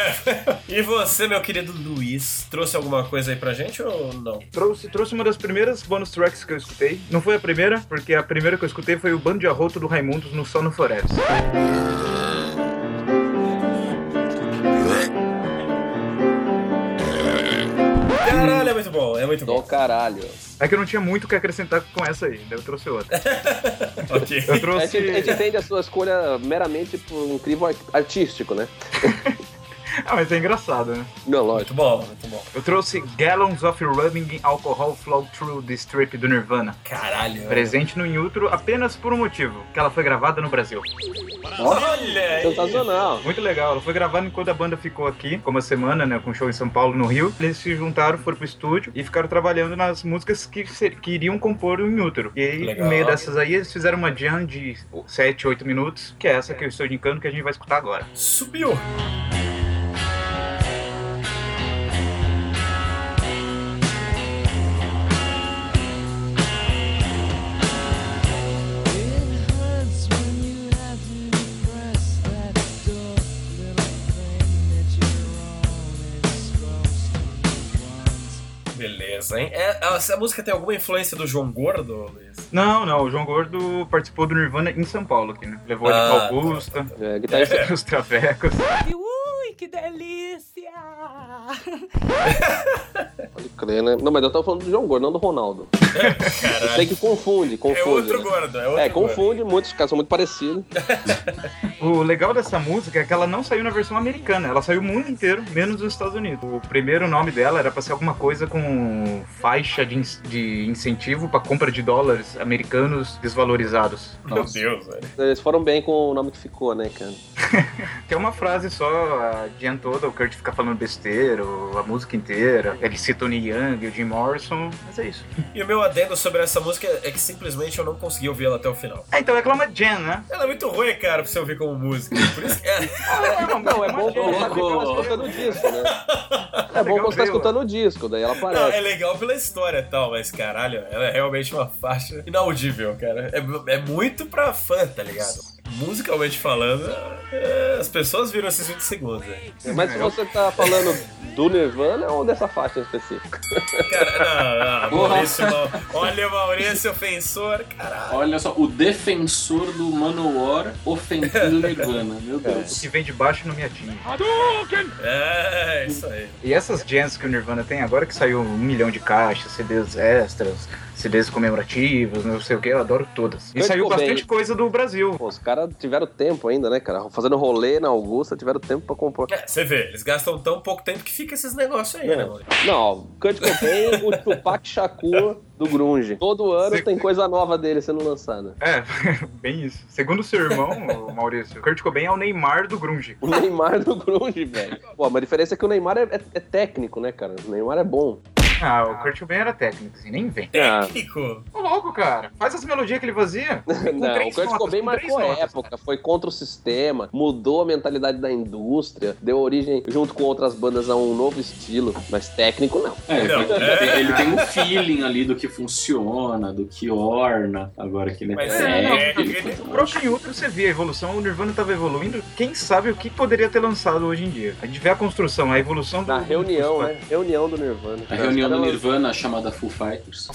Speaker 1: e você, meu querido Luiz, trouxe alguma coisa aí pra gente ou não?
Speaker 4: Trouxe, trouxe uma das primeiras bonus tracks que eu escutei. Não foi a primeira, porque a primeira que eu escutei foi o Bando de Arroto do Raimundos no Sol no Floresta.
Speaker 1: Caralho, é muito bom, é muito
Speaker 3: Do
Speaker 1: bom.
Speaker 3: caralho.
Speaker 4: É que eu não tinha muito o que acrescentar com essa aí, daí eu trouxe outra.
Speaker 1: Ok.
Speaker 4: Eu
Speaker 3: A gente,
Speaker 4: trouxe.
Speaker 3: a gente entende a sua escolha meramente por um crivo ar- artístico, né?
Speaker 4: Ah, mas é engraçado, né?
Speaker 3: Não, lógico.
Speaker 1: Muito bom, muito bom.
Speaker 4: Eu trouxe Gallons of Running Alcohol Flow Through the Strip do Nirvana.
Speaker 1: Caralho.
Speaker 4: Presente no Inutro apenas por um motivo, que ela foi gravada no Brasil.
Speaker 1: Olha aí.
Speaker 3: tá Sensacional.
Speaker 4: Muito legal, ela foi gravada enquanto a banda ficou aqui, como a semana, né, com show em São Paulo, no Rio. Eles se juntaram, foram pro estúdio e ficaram trabalhando nas músicas que, ser- que iriam compor o Inútero. E aí,
Speaker 1: Legal.
Speaker 4: no meio dessas aí, eles fizeram uma jam de 7, 8 minutos, que é essa que eu estou indicando que a gente vai escutar agora.
Speaker 1: Subiu. Beleza, hein? É, essa música tem alguma influência do João Gordo, Luiz?
Speaker 4: Não, não, o João Gordo participou do Nirvana em São Paulo aqui, né? Levou ele
Speaker 1: Ah,
Speaker 4: pra Augusta,
Speaker 3: É, guitarrista,
Speaker 4: os Travecos.
Speaker 9: Ui,
Speaker 11: que delícia!
Speaker 3: Pode crer, né? Não, mas eu tava falando do João Gordo, não do Ronaldo. Eu sei que confunde, confunde.
Speaker 1: É outro
Speaker 3: né?
Speaker 1: gordo, é
Speaker 3: É,
Speaker 1: outro
Speaker 3: confunde muito, os caras são muito parecidos.
Speaker 4: O legal dessa música é que ela não saiu na versão americana, ela saiu o mundo inteiro, menos nos Estados Unidos. O primeiro nome dela era pra ser alguma coisa com faixa de, in- de incentivo pra compra de dólares americanos desvalorizados. Nossa.
Speaker 1: Deus, velho.
Speaker 3: Eles foram bem com o nome que ficou, né, cara?
Speaker 4: Que é uma frase só adiantou toda, o Kurt fica falando besteira, o- a música inteira. Ele cita o Neil Young, o Jim Morrison, mas é isso.
Speaker 1: E o meu adendo sobre essa música é que simplesmente eu não consegui ouvir ela até o final.
Speaker 4: Ah, então reclama de Jen, né?
Speaker 1: Ela é muito ruim, cara, pra você ouvir como música. Por isso que
Speaker 3: Não, é bom pra você ficar escutando o disco, né? É bom pra você ficar escutando o disco, daí ela
Speaker 1: Não, é
Speaker 3: aparece.
Speaker 1: legal pela história e tal, mas caralho, ela é realmente uma faixa inaudível, cara. É, é muito pra fã, tá ligado? Musicalmente falando, é, as pessoas viram esses 20 segundos, né?
Speaker 3: Mas se você tá falando do Nirvana ou dessa faixa em específico?
Speaker 1: Cara, não, não,
Speaker 2: Porra.
Speaker 1: Maurício, Mau- olha o Maurício ofensor, caralho.
Speaker 2: Olha só, o defensor do Manowar ofendendo Nirvana. Meu
Speaker 4: O
Speaker 2: Deus.
Speaker 4: que vem de baixo não me atinge.
Speaker 1: É, isso aí.
Speaker 4: E essas gens que o Nirvana tem agora, que saiu um milhão de caixas, CDs extras, CDs comemorativos, não sei o que, eu adoro todas. E
Speaker 3: Kurt
Speaker 4: saiu
Speaker 3: Cobain.
Speaker 4: bastante coisa do Brasil.
Speaker 3: Pô, os caras tiveram tempo ainda, né, cara? Fazendo rolê na Augusta, tiveram tempo pra compor.
Speaker 1: É, você vê, eles gastam tão pouco tempo que fica esses negócios aí,
Speaker 2: É.
Speaker 1: né, Maurício?
Speaker 3: Não, ó, Kurt Cobain, o Tupac Shakur do Grunge. Todo ano tem coisa nova dele sendo lançada.
Speaker 4: É, bem isso. Segundo seu irmão, o Maurício, Kurt Cobain é o Neymar do Grunge.
Speaker 3: O Neymar do Grunge, velho. Pô, mas a diferença é que o Neymar é, é- é técnico, né, cara? O Neymar é bom.
Speaker 4: Ah, o Kurt Cobain era técnico, assim, nem vem.
Speaker 3: Ah.
Speaker 1: Técnico.
Speaker 4: Ô, louco, cara. Faz as melodias que ele fazia. Com
Speaker 3: Não, o
Speaker 4: três
Speaker 3: Kurt Cobain
Speaker 4: notas, com três
Speaker 3: marcou a
Speaker 4: notas.
Speaker 3: época, foi contra o sistema, mudou a mentalidade da indústria, deu origem, junto com outras bandas, a um novo estilo, mas técnico não.
Speaker 2: É, ele,
Speaker 1: Não, é.
Speaker 2: tem- ele
Speaker 4: Ah,
Speaker 2: tem um feeling ali do que funciona, do que orna, agora que ele é
Speaker 1: Mas
Speaker 4: É, não,
Speaker 2: técnico.
Speaker 1: ele-
Speaker 3: um
Speaker 4: O próprio Yutro, você vê a evolução, o Nirvana tava evoluindo. Quem sabe o que poderia ter lançado hoje em dia? A gente vê a construção, a evolução do.
Speaker 3: Na reunião, né? Reunião do Nirvana.
Speaker 2: A reunião do
Speaker 3: Os caras-
Speaker 2: Nirvana, a chamada Full Fighters.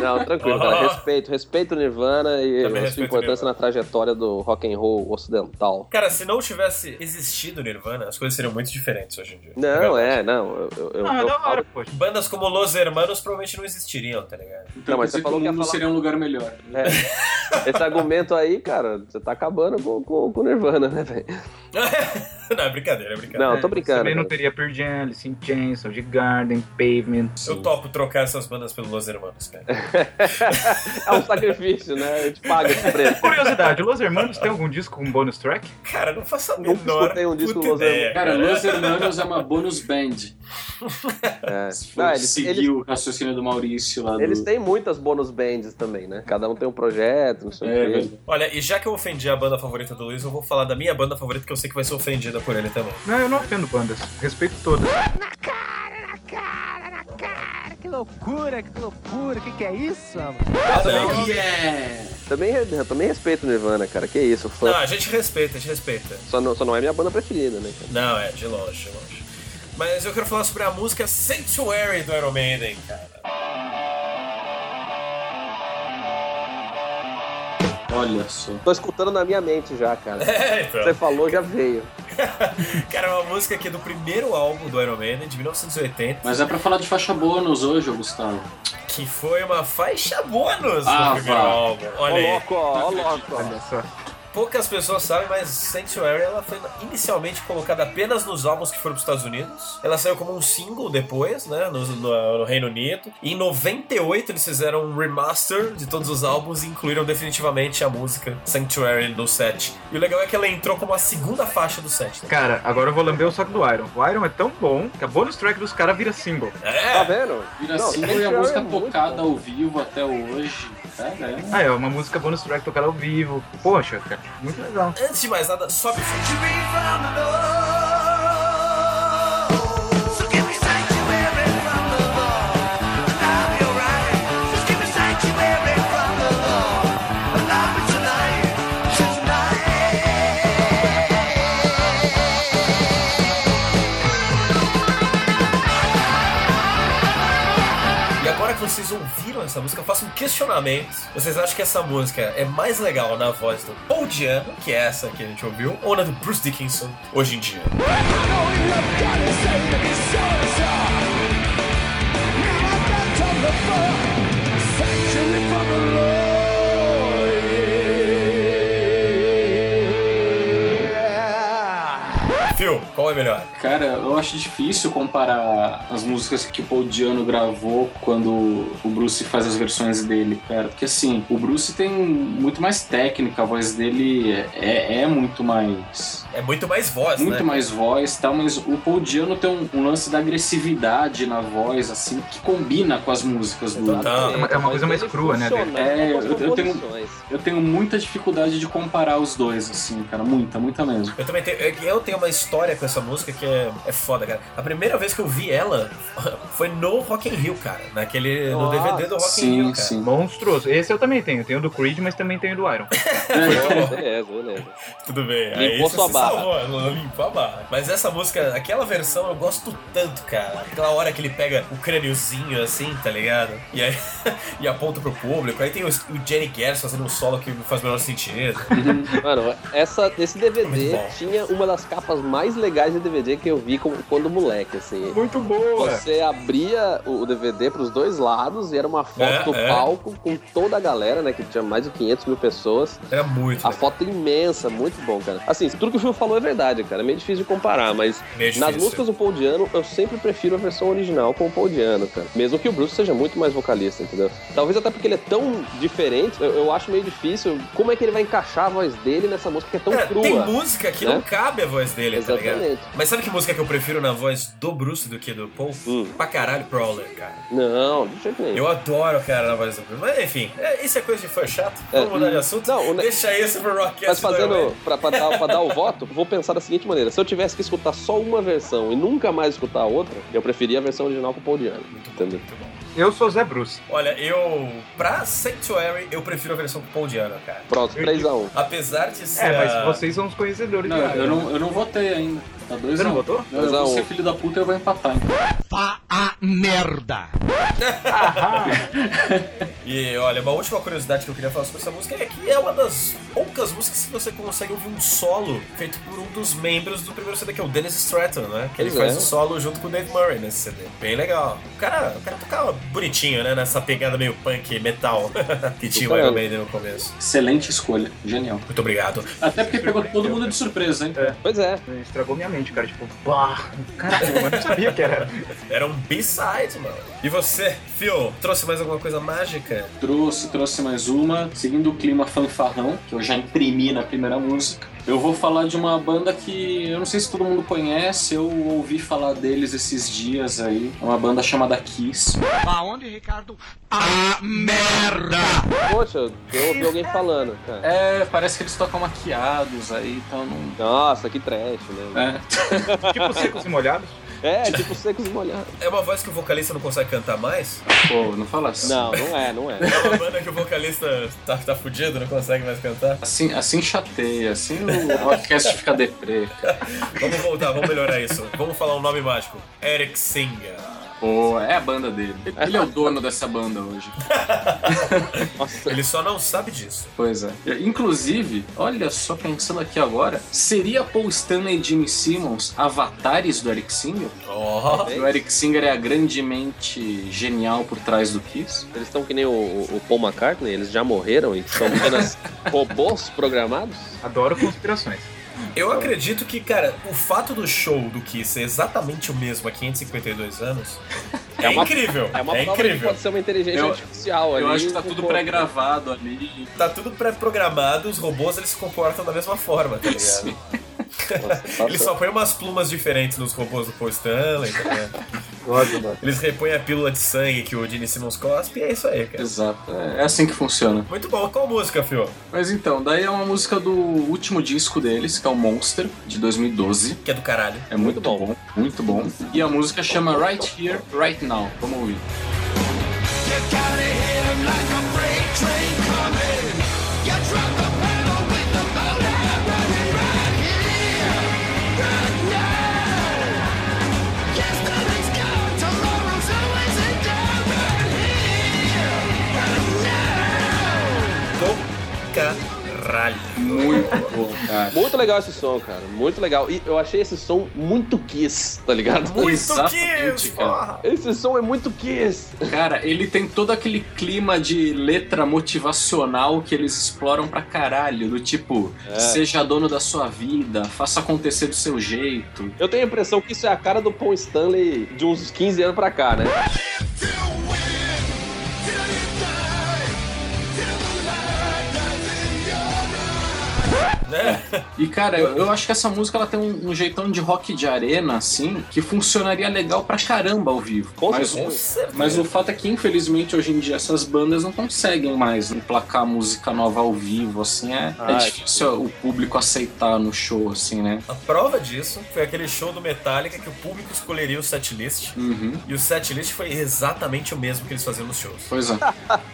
Speaker 3: Não, tranquilo, cara. Respeito, respeito o Nirvana e
Speaker 1: Também
Speaker 3: a sua
Speaker 1: respeito
Speaker 3: importância na trajetória do rock and roll ocidental.
Speaker 1: Cara, se não tivesse existido Nirvana, as coisas seriam muito diferentes hoje em dia.
Speaker 3: Não, é, não. Eu, eu, eu-
Speaker 4: Ah,
Speaker 3: eu
Speaker 4: da hora,
Speaker 3: falo-
Speaker 4: poxa.
Speaker 1: Bandas como Los Hermanos provavelmente não existiriam, tá ligado?
Speaker 2: Então,
Speaker 3: mas
Speaker 2: mas
Speaker 3: você
Speaker 2: você
Speaker 3: falou que ia
Speaker 2: mundo
Speaker 3: falar-
Speaker 2: seria um lugar melhor.
Speaker 3: é. Esse argumento aí, cara, você tá acabando com, com, com o Nirvana, né, velho?
Speaker 1: não, é brincadeira, é brincadeira.
Speaker 3: Não, eu tô
Speaker 4: Você
Speaker 3: brincando.
Speaker 4: também não
Speaker 3: cara.
Speaker 4: teria Pearl Jam, Alice in Chains, Soul Garden, Pavement.
Speaker 1: Eu topo trocar essas bandas pelo Los Hermanos, cara.
Speaker 3: é um sacrifício, né? Eu te pago esse preço.
Speaker 4: Curiosidade, Los Hermanos tem algum disco com bonus track?
Speaker 1: Cara, não faça a
Speaker 3: Nunca
Speaker 1: menor
Speaker 3: escutei um disco
Speaker 1: puta
Speaker 3: Los
Speaker 1: ideia,
Speaker 2: Cara, Los Hermanos é uma bonus band.
Speaker 3: É.
Speaker 2: Se for
Speaker 3: Não, eles,
Speaker 2: seguir
Speaker 3: eles,
Speaker 2: o raciocínio do Maurício lá do...
Speaker 3: eles têm muitas bônus bands também, né? Cada um tem um projeto, não sei
Speaker 2: É,
Speaker 3: o quê.
Speaker 2: velho.
Speaker 1: Olha, e já que eu ofendi a banda favorita do Luiz, eu vou falar da minha banda favorita que eu sei que vai ser ofendida por ele também.
Speaker 4: Não, eu não ofendo bandas. Respeito todas.
Speaker 11: Que loucura, que loucura, o que, que é isso, mano?
Speaker 1: Então,
Speaker 3: Também, re- também respeito o Nirvana, cara. Que isso, fã.
Speaker 1: Não, a gente respeita, a gente respeita.
Speaker 3: Só, não, só não é minha banda preferida, né, cara?
Speaker 1: Não, é, de longe, de longe. Mas eu quero falar sobre a música Sanctuary do Iron Maiden, cara.
Speaker 2: Olha só.
Speaker 3: Tô escutando na minha mente já, cara.
Speaker 1: É, então.
Speaker 3: Você falou, já veio.
Speaker 1: Cara, é uma música aqui do primeiro álbum do Iron Maiden, de 1980,
Speaker 2: Mas é pra falar de faixa bônus hoje, ô Gustavo.
Speaker 1: que foi uma faixa bônus do
Speaker 2: Ah,
Speaker 1: primeiro
Speaker 2: vá.
Speaker 1: álbum.
Speaker 3: Ó,
Speaker 1: Olha aí.
Speaker 3: louco, ó, ó, louco. ó.
Speaker 4: Olha só.
Speaker 1: Poucas pessoas sabem, mas Sanctuary ela foi inicialmente colocada apenas nos álbuns que foram para os Estados Unidos. Ela saiu como um single depois, né, no, no- no Reino Unido. E em 98 eles fizeram um remaster de todos os álbuns e incluíram definitivamente a música Sanctuary no set. E o legal é que ela entrou como a segunda faixa do set. né?
Speaker 4: Cara, agora eu vou lamber o saco do Iron. O Iron é tão bom que a bonus track dos caras vira single.
Speaker 3: Tá
Speaker 1: É,
Speaker 3: vendo?
Speaker 2: Vira
Speaker 3: Não,
Speaker 2: assim,
Speaker 3: Sanctuary
Speaker 2: foi a música
Speaker 3: é muito
Speaker 2: tocada
Speaker 3: bom.
Speaker 2: ao vivo até hoje. Cara, é.
Speaker 4: Ah, é uma música bonus track tocada ao vivo. Poxa, cara, muito legal.
Speaker 1: antes de mais nada, sobe o som. E agora que vocês ouviram essa música, eu faço um questionamento. Vocês acham que essa música é mais legal na voz do Paul Diano, que é essa que a gente ouviu, ou na do Bruce Dickinson, hoje em dia? Phil, qual é melhor?
Speaker 2: Cara, eu acho difícil comparar as músicas que o Paul Diano gravou quando o Bruce faz as versões dele, cara. Porque assim, o Bruce tem muito mais técnica, a voz dele é, é muito mais.
Speaker 1: É muito mais voz,
Speaker 2: Muito
Speaker 1: né?
Speaker 2: mais voz e tal, mas o Paul Diano tem um, um lance da agressividade na voz, assim, que combina com as músicas do.
Speaker 1: Ah. Tá.
Speaker 4: É uma- é uma coisa mais crua, né, dele.
Speaker 2: É, eu, eu tenho, eu tenho muita dificuldade de comparar os dois, assim, cara. Muita, muita mesmo.
Speaker 1: Eu também tenho, eu tenho uma história com essa música que é, é foda, cara. A primeira vez que eu vi ela foi no Rock in Rio, cara. Naquele,
Speaker 3: Ah,
Speaker 1: no DVD do Rock in Rio, cara.
Speaker 4: Monstruoso. Esse eu também tenho. Tenho do Creed, mas também tenho do Iron.
Speaker 3: beleza, beleza.
Speaker 1: Tudo bem.
Speaker 4: Limpou
Speaker 1: aí você
Speaker 4: sua
Speaker 1: se
Speaker 4: barra.
Speaker 1: Salvou, limpou a barra. Mas essa música, aquela versão eu gosto tanto, cara. Aquela hora que ele pega o crâniozinho assim, tá ligado? E aí e aponta pro público. Aí tem o, o Jenny Garrison fazendo um solo que não faz o menor sentido.
Speaker 3: Mano, essa, esse
Speaker 1: Muito
Speaker 3: DVD
Speaker 1: bom.
Speaker 3: tinha uma das capas mais legais de DVD que eu vi como, quando moleque, assim.
Speaker 4: Muito
Speaker 1: é.
Speaker 4: boa!
Speaker 3: Você abria o o DVD pros dois lados e era uma foto
Speaker 1: É,
Speaker 3: do
Speaker 1: é.
Speaker 3: palco com toda a galera, né? Que tinha mais de 500 mil pessoas.
Speaker 1: Era muito.
Speaker 3: A foto é imensa, muito bom, cara. Assim, tudo que o Phil falou é verdade, cara. É meio difícil de comparar, mas
Speaker 1: Meio difícil.
Speaker 3: nas músicas do Paul Diano, eu sempre prefiro a versão original com o Paul Diano, cara. Mesmo que o Bruce seja muito mais vocalista, entendeu? Talvez até porque ele é tão diferente, eu, eu acho meio difícil como é que ele vai encaixar a voz dele nessa música que é tão
Speaker 1: Cara,
Speaker 3: crua.
Speaker 1: tem música que
Speaker 3: né?
Speaker 1: não cabe a voz dele, tá ligado?
Speaker 3: Exatamente.
Speaker 1: Mas sabe que música que eu prefiro na voz do Bruce do que do Paul?
Speaker 3: Hum.
Speaker 1: Pra caralho, Prowler, cara.
Speaker 3: Não, de jeito nenhum.
Speaker 1: Eu adoro, cara, na voz do Bruce. Mas enfim, é- isso é coisa de fã chato. Vamos mudar de assunto? Deixa isso pro Rocket.
Speaker 3: Mas fazendo, pra, pra dar, pra dar o voto, vou pensar da seguinte maneira: se eu tivesse que escutar só uma versão e nunca mais escutar a outra, eu preferia a versão original com o Paul Diano. Entendeu?
Speaker 4: Eu sou Zé Bruce.
Speaker 1: Olha, eu. Pra Sanctuary, eu prefiro a versão com Paul Diano, cara.
Speaker 3: Pronto, 3x1.
Speaker 1: Apesar de ser.
Speaker 4: É, mas
Speaker 1: a-
Speaker 4: vocês são os conhecedores
Speaker 2: Não,
Speaker 4: de Iron.
Speaker 2: eu não, eu não votei ainda. Tá dois
Speaker 4: Você não
Speaker 2: a um.
Speaker 4: votou?
Speaker 2: Não, eu
Speaker 4: Dois a
Speaker 2: vou
Speaker 4: um.
Speaker 2: ser filho da puta e eu vou empatar.
Speaker 7: Vá a merda!
Speaker 1: E olha, uma última curiosidade que eu queria falar sobre essa música é que é uma das poucas músicas que você consegue ouvir um solo feito por um dos membros do primeiro CD, que é o Dennis Stratton, né? Que ele
Speaker 3: Pois é.
Speaker 1: faz o solo junto com o Dave Murray nesse CD. Bem legal. O cara, o cara tocava bonitinho, né? Nessa pegada meio punk metal que tinha o Iron Maiden no começo.
Speaker 2: Excelente escolha, genial.
Speaker 1: Muito obrigado.
Speaker 2: Até porque pegou todo mundo de surpresa, hein?
Speaker 3: Pois é.
Speaker 4: Estragou minha mente, cara. Tipo, bah, caralho, eu não sabia que era.
Speaker 1: Era um B-side, mano. E você, Phil, trouxe mais alguma coisa mágica?
Speaker 2: Trouxe, trouxe mais uma, seguindo o clima fanfarrão, que eu já imprimi na primeira música. Eu vou falar de uma banda que eu não sei se todo mundo conhece, eu ouvi falar deles esses dias aí. É uma banda chamada Kiss.
Speaker 7: Aonde, Ricardo? A merda!
Speaker 3: Poxa, eu ouvi alguém falando, cara.
Speaker 2: É, parece que eles tocam maquiados aí, então
Speaker 3: É.
Speaker 2: não.
Speaker 3: Nossa, que trash, né?
Speaker 2: É.
Speaker 4: tipo secos e molhados?
Speaker 3: É, tipo secos e molhados.
Speaker 1: É uma voz que o vocalista não consegue cantar mais?
Speaker 2: Pô, não fala assim.
Speaker 3: Não, não é, não é.
Speaker 1: É uma banda que o vocalista tá, tá fudido, não consegue mais cantar?
Speaker 2: Assim, assim chateia, assim o podcast fica deprê.
Speaker 1: Vamos voltar, vamos melhorar isso. Vamos falar um nome mágico. Eric Singer.
Speaker 2: Pô, é a banda dele. Ele é o dono dessa banda hoje.
Speaker 1: Ele só não sabe disso.
Speaker 2: Pois é. Inclusive, olha só pensando aqui agora, seria Paul Stanley e Jimmy Simmons avatares do Eric Singer?
Speaker 1: Oh.
Speaker 2: O Eric Singer é a grande mente genial por trás do Kiss.
Speaker 3: Eles estão que nem o, o Paul McCartney, eles já morreram e são apenas robôs programados?
Speaker 4: Adoro conspirações.
Speaker 1: Eu acredito que, cara, o fato do show do Kiss ser exatamente o mesmo há 552 anos é,
Speaker 3: É uma-
Speaker 1: incrível.
Speaker 3: É uma
Speaker 1: é
Speaker 3: prova que
Speaker 1: incrível.
Speaker 3: pode ser uma inteligência
Speaker 2: Eu-
Speaker 3: artificial ali.
Speaker 2: Eu acho que tá
Speaker 3: com
Speaker 2: tudo
Speaker 3: corpo.
Speaker 2: pré-gravado ali.
Speaker 1: Tá tudo pré-programado, os robôs eles se comportam da mesma forma, tá ligado? Eles só põem umas plumas diferentes nos robôs do Paul Stanley, tá ligado?
Speaker 4: Ótimo, mano.
Speaker 1: Eles repõem a pílula de sangue que o Gene Simmons cospe e é isso aí, cara.
Speaker 2: Exato. É é assim que funciona.
Speaker 1: Muito bom. Qual música, Fio?
Speaker 2: Mas então, daí é uma música do último disco deles, que é o Monster, de 2012.
Speaker 1: Que é do caralho.
Speaker 2: É muito, bom. muito bom. E a música chama Right Here, Right Now. Vamos ouvir.
Speaker 7: Yesterday's gone, tomorrow's always a day right here.
Speaker 3: É. Muito legal esse som, cara. Muito legal. E eu achei esse som muito Kiss, tá ligado?
Speaker 1: Muito Kiss, porra!
Speaker 3: Esse som é muito Kiss.
Speaker 2: Cara, ele tem todo aquele clima de letra motivacional que eles exploram pra caralho. Do tipo,
Speaker 3: É.
Speaker 2: seja dono da sua vida, faça acontecer do seu jeito.
Speaker 3: Eu tenho a impressão que isso é a cara do Paul Stanley de uns 15 anos pra cá, né?
Speaker 2: E cara, eu, eu acho que essa música ela tem um, um jeitão de rock de arena, assim, que funcionaria legal pra caramba ao vivo.
Speaker 3: Com
Speaker 2: mas,
Speaker 3: certeza.
Speaker 2: o-
Speaker 3: Com
Speaker 1: certeza.
Speaker 2: mas o fato é que, infelizmente, hoje em dia essas bandas não conseguem mais emplacar música nova ao vivo, assim. É, é
Speaker 3: Ah, é
Speaker 2: difícil o público aceitar no show, assim, né?
Speaker 1: A prova disso foi aquele show do Metallica que o público escolheria o setlist.
Speaker 2: Uhum.
Speaker 1: E o setlist foi exatamente o mesmo que eles faziam nos shows.
Speaker 2: Pois é.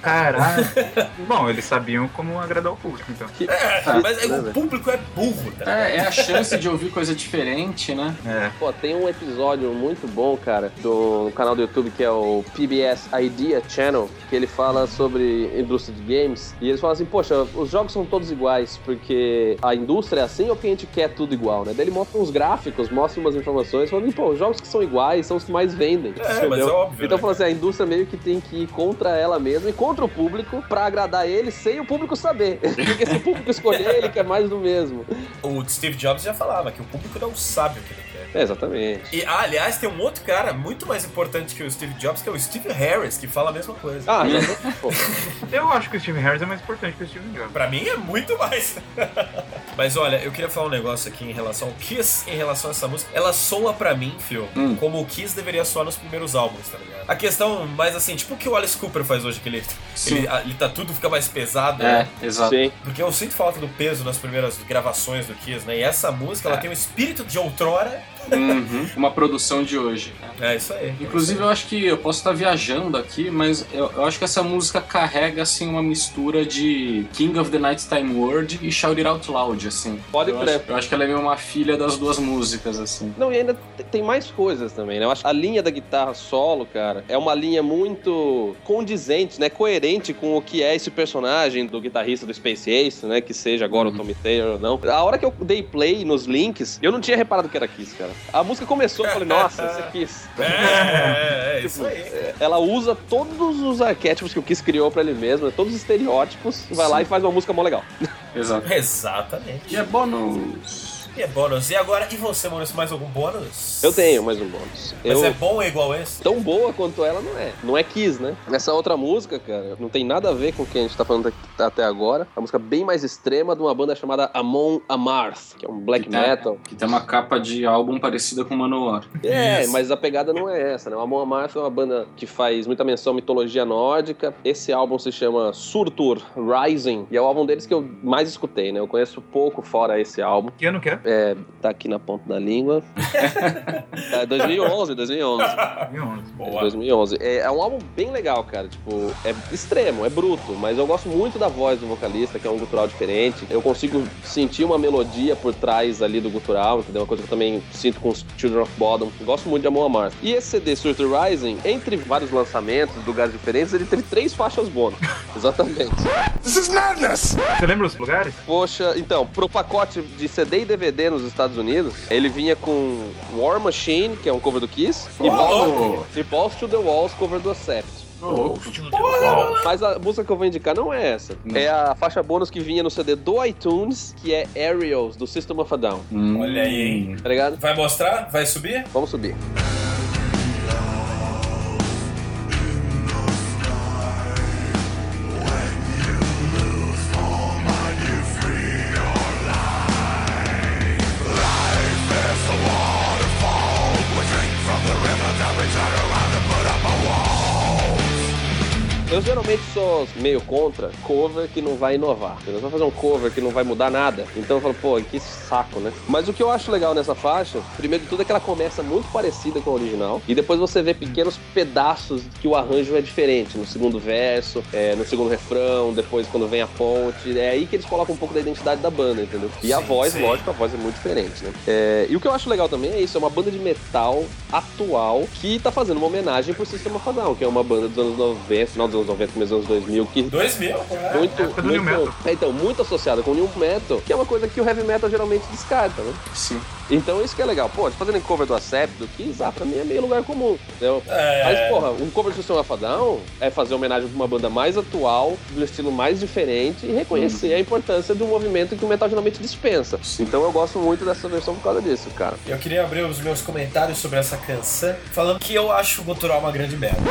Speaker 4: Caralho. Bom, eles sabiam como agradar o público, então.
Speaker 3: Ah,
Speaker 1: É, mas
Speaker 3: né,
Speaker 1: é- o público é burro, tá ligado?
Speaker 2: É, é a chance de ouvir coisa diferente, né?
Speaker 4: É.
Speaker 3: Pô, tem um episódio muito bom, cara, do canal do YouTube que é o PBS Idea Channel, que ele fala sobre indústria de games. E eles falam assim, poxa, os jogos são todos iguais, porque a indústria é assim ou que a gente quer tudo igual, né? Daí ele mostra uns gráficos, mostra umas informações, falando, assim, pô, os jogos que são iguais são os que mais vendem.
Speaker 1: É, mas é óbvio,
Speaker 3: Então
Speaker 1: né?
Speaker 3: fala assim, a indústria meio que tem que ir contra ela mesma e contra o público pra agradar ele sem o público saber. porque se o público escolher, ele quer mais do mesmo.
Speaker 1: O Steve Jobs já falava que o público não sabe o que ele quer.
Speaker 3: É, exatamente.
Speaker 1: E, ah, aliás, tem um outro cara muito mais importante que o Steve Jobs, que é o Steve Harris, que fala a mesma coisa.
Speaker 3: Ah, já pô.
Speaker 4: Eu acho que o Steve Harris é mais importante que o Steve Jobs.
Speaker 1: Pra mim é muito mais. Mas olha, eu queria falar um negócio aqui em relação ao Kiss, em relação a essa música. Ela soa pra mim, Phil,
Speaker 2: Hum.
Speaker 1: como o Kiss deveria soar nos primeiros álbuns, tá ligado? A questão, mais assim, tipo o que o Alice Cooper faz hoje, que ele,
Speaker 2: Sim.
Speaker 1: ele, ele tá tudo, fica mais pesado,
Speaker 2: É,
Speaker 1: né?
Speaker 2: exato.
Speaker 3: Sim.
Speaker 1: Porque eu sinto falta do peso nas primeiras gravações do Kiss, né? E essa música,
Speaker 2: É.
Speaker 1: ela tem o espírito de outrora.
Speaker 2: Uhum. Uma produção de hoje.
Speaker 1: É isso aí.
Speaker 2: Inclusive, eu acho que eu posso estar viajando aqui, mas eu, eu acho que essa música carrega assim uma mistura de King of the Nighttime World e Shout It Out Loud, assim.
Speaker 3: Pode
Speaker 2: eu
Speaker 3: crer.
Speaker 2: acho, eu acho que ela é meio uma filha das duas músicas, assim.
Speaker 3: Não, e ainda te- tem mais coisas também, né? Eu acho que a linha da guitarra solo, cara, é uma linha muito condizente, né? Coerente com o que é esse personagem do guitarrista do Space Ace, né? Que seja agora o Tommy Taylor ou não. A hora que eu dei play nos links, eu não tinha reparado que era Kiss, cara. A música começou, eu falei, nossa, isso é Kiss.
Speaker 1: É, é, é isso aí.
Speaker 2: Tipo,
Speaker 3: Ela usa todos os arquétipos que o Kiss criou pra ele mesmo, né? todos os estereótipos, vai lá e faz uma música mó legal.
Speaker 2: Exato.
Speaker 1: Exatamente.
Speaker 2: E é bônus.
Speaker 1: E é bônus. E agora, e você, Maurício, mais algum bônus?
Speaker 3: Eu tenho mais um bônus.
Speaker 1: Mas
Speaker 3: eu...
Speaker 1: é bom é igual esse?
Speaker 3: tão boa quanto ela não é. Não é Kiss, né? Essa outra música, cara, não tem nada a ver com o que a gente tá falando aqui- até agora. É uma música bem mais extrema de uma banda chamada Amon Amarth, que é um black
Speaker 2: Que tá-
Speaker 3: metal.
Speaker 2: Que tem uma capa de álbum parecida com Manowar.
Speaker 3: É,
Speaker 1: Isso.
Speaker 3: mas a pegada não é essa, né? O Amon Amarth é uma banda que faz muita menção à mitologia nórdica. Esse álbum se chama Surtur Rising, e é o álbum deles que eu mais escutei, né? Eu conheço pouco fora esse álbum.
Speaker 4: Que ano que é?
Speaker 3: Tá aqui na ponta da língua. é 2011, 2011.
Speaker 4: 2011.
Speaker 3: É de
Speaker 1: Boa.
Speaker 3: 2011. É, é um álbum bem legal, cara. Tipo, é extremo, é bruto, mas eu gosto muito da voz do vocalista, que é um gutural diferente. Eu consigo sentir uma melodia por trás ali do gutural, entendeu? Uma coisa que eu também sinto com os Children of Bodom. Gosto muito de Amon Amar. E esse CD, Surtur Rising, entre vários lançamentos, lugares diferentes, ele teve três faixas bônus. Exatamente.
Speaker 7: This is madness!
Speaker 4: Você lembra os lugares?
Speaker 3: Poxa, então, pro pacote de CD e DVD nos Estados Unidos, ele vinha com War Machine, que é um cover do Kiss, e Balls, e Balls to the Walls, cover do Accept. Mas a música que eu vou indicar não é essa.
Speaker 2: Não.
Speaker 3: É a faixa bônus que vinha no CD do iTunes, que é Aerials, do System of a Down.
Speaker 2: Hum.
Speaker 1: Olha aí, hein?
Speaker 3: Tá ligado?
Speaker 1: Vai mostrar? Vai subir?
Speaker 3: Vamos subir. Eu geralmente sou meio contra cover que não vai inovar. Entendeu? Vai fazer um cover que não vai mudar nada. Então eu falo, pô, que saco, né? Mas o que eu acho legal nessa faixa, primeiro de tudo, é que ela começa muito parecida com a original. E depois você vê pequenos pedaços que o arranjo é diferente. No segundo verso, é, no segundo refrão, depois quando vem a ponte. É aí que eles colocam um pouco da identidade da banda, entendeu? E a
Speaker 1: Sim,
Speaker 3: voz,
Speaker 1: sim.
Speaker 3: lógico, a voz é muito diferente, né? É, e o que eu acho legal também é isso, é uma banda de metal atual que tá fazendo uma homenagem pro Sistema Fadal, que é uma banda dos anos 90, final dos anos anos 90, começo dos anos 2000. Que
Speaker 1: 2000?
Speaker 3: É, muito, época do muito, metal. É, então, muito associada com o new metal, que é uma coisa que o heavy metal geralmente descarta, né?
Speaker 2: Sim.
Speaker 3: Então isso que é legal. Pô, fazendo cover do Acept, do Kiss, ah, pra mim é meio lugar comum, entendeu? É... Mas, porra, um cover do Seu Afadão é fazer homenagem pra uma banda mais atual, de um estilo mais diferente e reconhecer hum. a importância do movimento que o metal geralmente dispensa. Sim. Então eu gosto muito dessa versão por causa disso, cara.
Speaker 1: Eu queria abrir os meus comentários sobre essa canção, falando que eu acho o Gutural uma grande merda.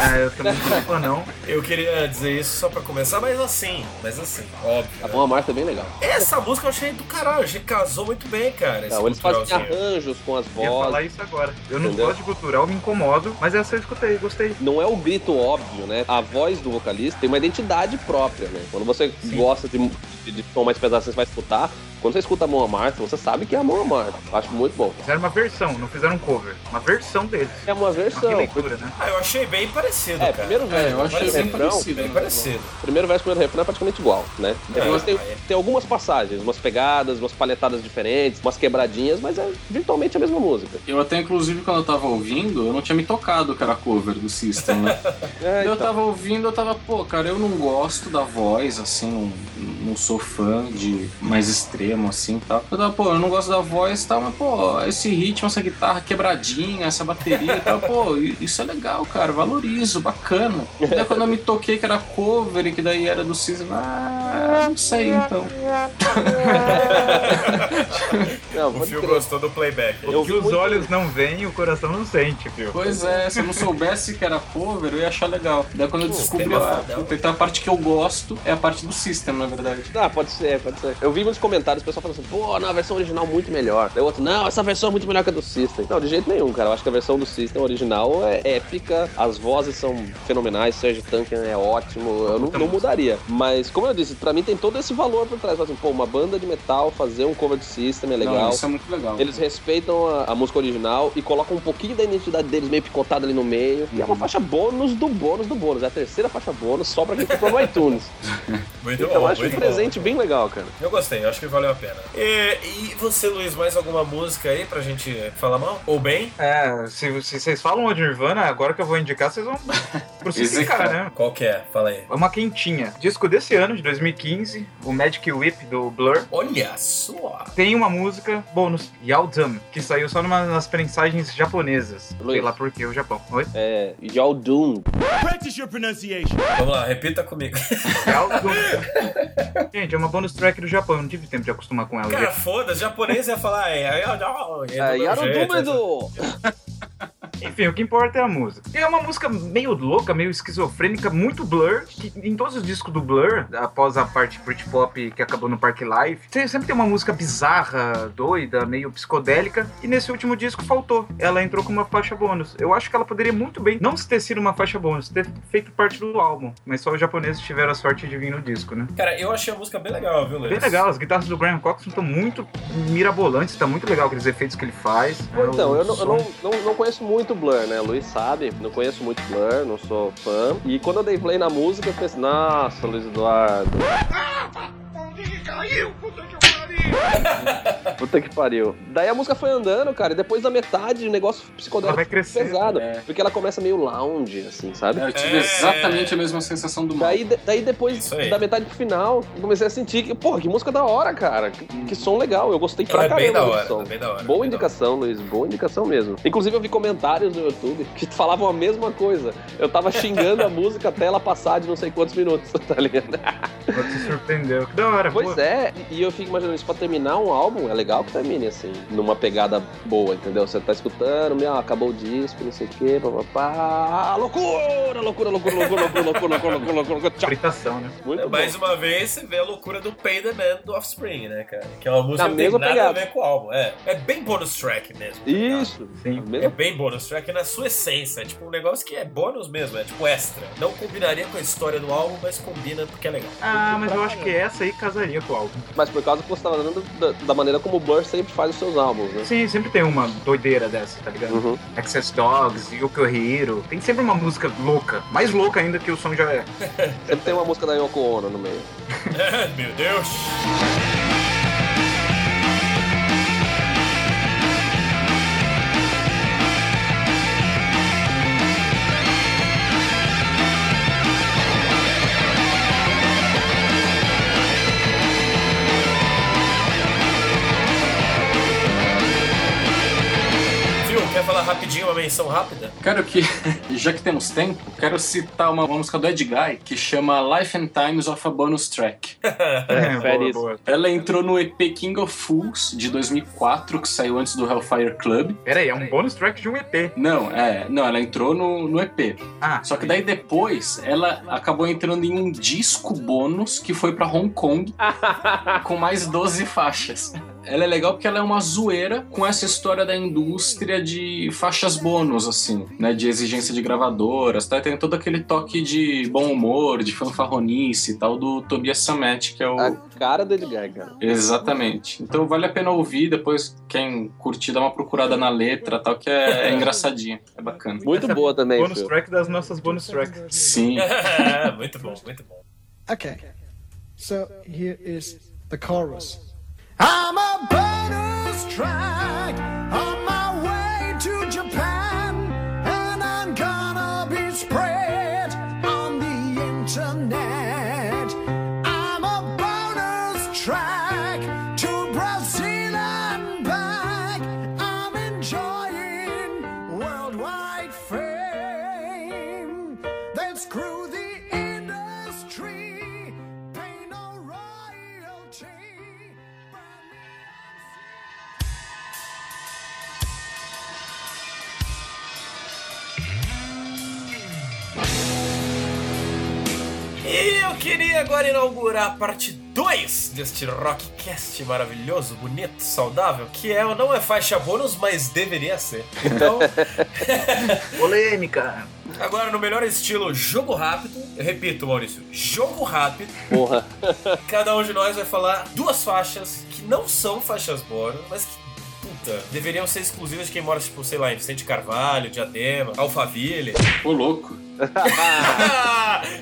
Speaker 4: Ah, eu também não sou fã, não.
Speaker 1: Eu queria dizer isso só pra começar, mas assim, mas assim, óbvio.
Speaker 3: A Boa Marta é bem legal.
Speaker 1: Essa música eu achei do caralho, achei que casou muito bem, cara.
Speaker 3: Não, eles fazem arranjos com as vozes.
Speaker 4: Eu ia falar isso agora. Eu não Entendeu? gosto de cultural, me incomodo, mas essa eu escutei, gostei.
Speaker 3: Não é o grito óbvio, né? A voz do vocalista tem uma identidade própria, né? Quando você Sim. gosta de, de, de tom mais pesado, você vai escutar, quando você escuta a Mona Marta, você sabe que é a Mona Marta. Acho muito bom.
Speaker 4: Fizeram uma versão, não fizeram um cover. Uma versão deles.
Speaker 3: É uma versão. Uma
Speaker 4: leitura, né?
Speaker 1: Ah, eu achei bem parecido,
Speaker 3: é,
Speaker 1: cara.
Speaker 3: Primeiro verso, é,
Speaker 2: eu achei bem
Speaker 3: refrão,
Speaker 2: parecido.
Speaker 1: Bem parecido.
Speaker 3: Primeiro verso, primeiro refrão é praticamente igual, né? Depois é, tem, é. tem algumas passagens, umas pegadas, umas palhetadas diferentes, umas quebradinhas, mas é virtualmente a mesma música.
Speaker 2: Eu até, inclusive, quando eu tava ouvindo, eu não tinha me tocado que era cover do System, né? é, então. Eu tava ouvindo, eu tava, pô, cara, eu não gosto da voz, assim, não, não sou fã de mais estrela assim tal. Tá? Eu tava, pô, eu não gosto da voz e tá? tal, mas, pô, esse ritmo, essa guitarra quebradinha, essa bateria e tá? tal, pô, isso é legal, cara, valorizo, bacana. E daí quando eu me toquei que era cover e que daí era do Cisne, ah, não sei então.
Speaker 3: Não,
Speaker 1: o Phil crer. gostou do playback.
Speaker 4: O que os olhos bem. não veem, o coração não sente, Phil.
Speaker 2: Pois é, se eu não soubesse que era cover, eu ia achar legal. Daí quando eu descobri, a, então a parte que eu gosto é a parte do System, na verdade.
Speaker 3: Ah, pode ser, pode ser. Eu vi muitos comentários o pessoal falando assim, pô, não, a versão original é muito melhor. Daí o outro, não, essa versão é muito melhor que a do System. Não, de jeito nenhum, cara. Eu acho que a versão do System original é épica, as vozes são fenomenais, Sérgio Tankin é ótimo, eu não, não, mudaria. Mas, como eu disse, pra mim tem todo esse valor por trás. Mas, assim, pô, uma banda de metal fazer um cover do System é legal. Não,
Speaker 2: isso é muito legal.
Speaker 3: Eles respeitam a, a, música original e colocam um pouquinho da identidade deles meio picotada ali no meio. E é
Speaker 2: Uhum.
Speaker 3: uma faixa bônus do bônus do bônus. É a terceira faixa bônus só pra quem comprou no iTunes.
Speaker 1: Muito
Speaker 3: então,
Speaker 1: bom,
Speaker 3: acho um
Speaker 1: bom.
Speaker 3: presente bem legal, cara.
Speaker 1: Eu gostei, eu acho que valeu a pena. E, e, você, Luiz, mais alguma música aí pra gente falar mal? Ou bem?
Speaker 4: É, se, se vocês falam de Nirvana, agora que eu vou indicar, vocês vão crucificar, né?
Speaker 1: Qual que é? Fala aí.
Speaker 4: Uma quentinha. Disco desse ano, de 2015, o Magic Whip do Blur.
Speaker 1: Olha só!
Speaker 4: Tem uma música bônus, Yaodam, que saiu só numa, nas prensagens japonesas. Luiz. Sei lá por que o Japão. Oi?
Speaker 3: É, Yaodam.
Speaker 10: Practice your pronunciation.
Speaker 1: Vamos lá, repita comigo.
Speaker 4: Yaodam. Gente, é uma bônus track do Japão, não tive tempo de acostumar com ela.
Speaker 1: Cara, foda-se, japonês ia falar. É, é, é, é,
Speaker 3: é,
Speaker 4: enfim, o que importa é a música. E é uma música meio louca, meio esquizofrênica, muito Blur, que em todos os discos do Blur, após a parte Britpop que acabou no Park Life, sempre tem uma música bizarra, doida, meio psicodélica, e nesse último disco faltou. Ela entrou como uma faixa bônus. Eu acho que ela poderia muito bem não ter sido uma faixa bônus, ter feito parte do álbum, mas só os japoneses tiveram a sorte de vir no disco, né?
Speaker 1: Cara, eu achei a música bem legal, viu, Luiz? É
Speaker 4: Bem legal, as guitarras do Graham Cox estão muito mirabolantes, tá muito legal aqueles efeitos que ele faz.
Speaker 3: Então, eu, não, eu não, não, não conheço muito muito Blur, né? Luiz sabe, não conheço muito Blur, não sou fã. E quando eu dei play na música, eu pensei, nossa, Luiz Eduardo. caiu, puta que pariu! Puta que pariu. Daí a música foi andando, cara, e depois da metade o negócio psicodélico
Speaker 4: vai crescer,
Speaker 3: pesado. É. Porque ela começa meio lounge, assim, sabe?
Speaker 2: É, eu tive é. exatamente a mesma sensação do mal.
Speaker 3: Daí, daí depois da metade pro final, eu comecei a sentir que, porra, que música da hora, cara. Que, que som legal. Eu gostei pra
Speaker 1: Hum. é
Speaker 3: caramba.
Speaker 1: Bem da hora,
Speaker 3: som.
Speaker 1: Bem da hora,
Speaker 3: boa
Speaker 1: bem
Speaker 3: indicação,
Speaker 1: hora.
Speaker 3: Luiz. Boa indicação mesmo. Inclusive, eu vi comentários no YouTube que falavam a mesma coisa. Eu tava xingando a música até ela passar de não sei quantos minutos, tá ligado?
Speaker 1: É
Speaker 4: Você surpreendeu. Que da hora,
Speaker 3: Pois boa. é, e eu fico imaginando isso pra terminar um álbum, é legal que termine assim, numa pegada boa, entendeu? Você tá escutando, meu, acabou o disco, não sei o quê, papapá. Loucura, loucura, loucura, loucura, loucura, loucura, loucura, loucura, loucura, tchau.
Speaker 4: Fritação, né?
Speaker 3: Muito
Speaker 1: Mais
Speaker 3: bom.
Speaker 1: uma vez, você vê a loucura do Pay the Man do Offspring, né, cara? Que é uma música que tem nada pegada. a ver com o álbum. É, é bem bonus track mesmo.
Speaker 3: Isso,
Speaker 1: sim. É bem bonus track na sua essência. É tipo um negócio que é bônus mesmo, é tipo extra. Não combinaria com a história do álbum, mas combina porque é legal.
Speaker 4: Ah, mas eu acho que essa aí casaria com o álbum.
Speaker 3: Mas por causa que você tava dando da, da, maneira como o Blur sempre faz os seus álbuns, né?
Speaker 4: Sim, sempre tem uma doideira dessa, tá ligado? Uhum. Access Dogs, Yoko Hiro. Tem sempre uma música louca. Mais louca ainda que o som já é.
Speaker 3: sempre tem uma música da Yoko Ono no meio.
Speaker 1: Meu Deus! rapidinho, uma menção rápida?
Speaker 2: Quero que, já que temos tempo, quero citar uma, uma música do Ed Guy que chama Life and Times of a Bonus Track.
Speaker 3: É, boa, boa.
Speaker 2: Ela entrou no EP King of Fools de 2004, que saiu antes do Hellfire Club.
Speaker 4: Peraí, é um bonus track de um EP.
Speaker 2: Não, é, não, ela entrou no, no EP.
Speaker 4: Ah,
Speaker 2: Só que daí depois ela acabou entrando em um disco bônus que foi pra Hong Kong com mais 12 faixas. Ela é legal porque ela é uma zoeira com essa história da indústria de faixas bônus, assim, né? De exigência de gravadoras, tá? Tem todo aquele toque de bom humor, de fanfarronice e tal, do Tobias Sammet, que é o.
Speaker 3: A
Speaker 4: Ah.
Speaker 3: cara do Ed Guy, cara.
Speaker 2: Exatamente. Então vale a pena ouvir, depois quem curtir dá uma procurada na letra tal, que é, é engraçadinha, é bacana.
Speaker 3: Muito boa também,
Speaker 4: Bonus
Speaker 3: Phil.
Speaker 4: track das nossas bonus tracks.
Speaker 2: Sim.
Speaker 1: É, muito bom, muito bom.
Speaker 12: Okay. So here is the chorus. I'm a bonus track on my way to Japan, and I'm gonna be spread on the internet. I'm a bonus track to Brazil and back. I'm enjoying worldwide fame. Then screw the industry, pay no royalty.
Speaker 1: E eu queria agora inaugurar a parte 2 deste rockcast maravilhoso, bonito, saudável, que é, não é faixa bônus, mas deveria ser. Então,
Speaker 4: Polêmica.
Speaker 1: agora no melhor estilo, jogo rápido. Eu repito, Maurício, jogo rápido.
Speaker 3: Porra.
Speaker 1: Cada um de nós vai falar duas faixas que não são faixas bônus, mas que. Puta, deveriam ser exclusivas de quem mora, tipo, sei lá, em Vicente Carvalho, Diadema, Alphaville. Ah!
Speaker 2: Ô, louco.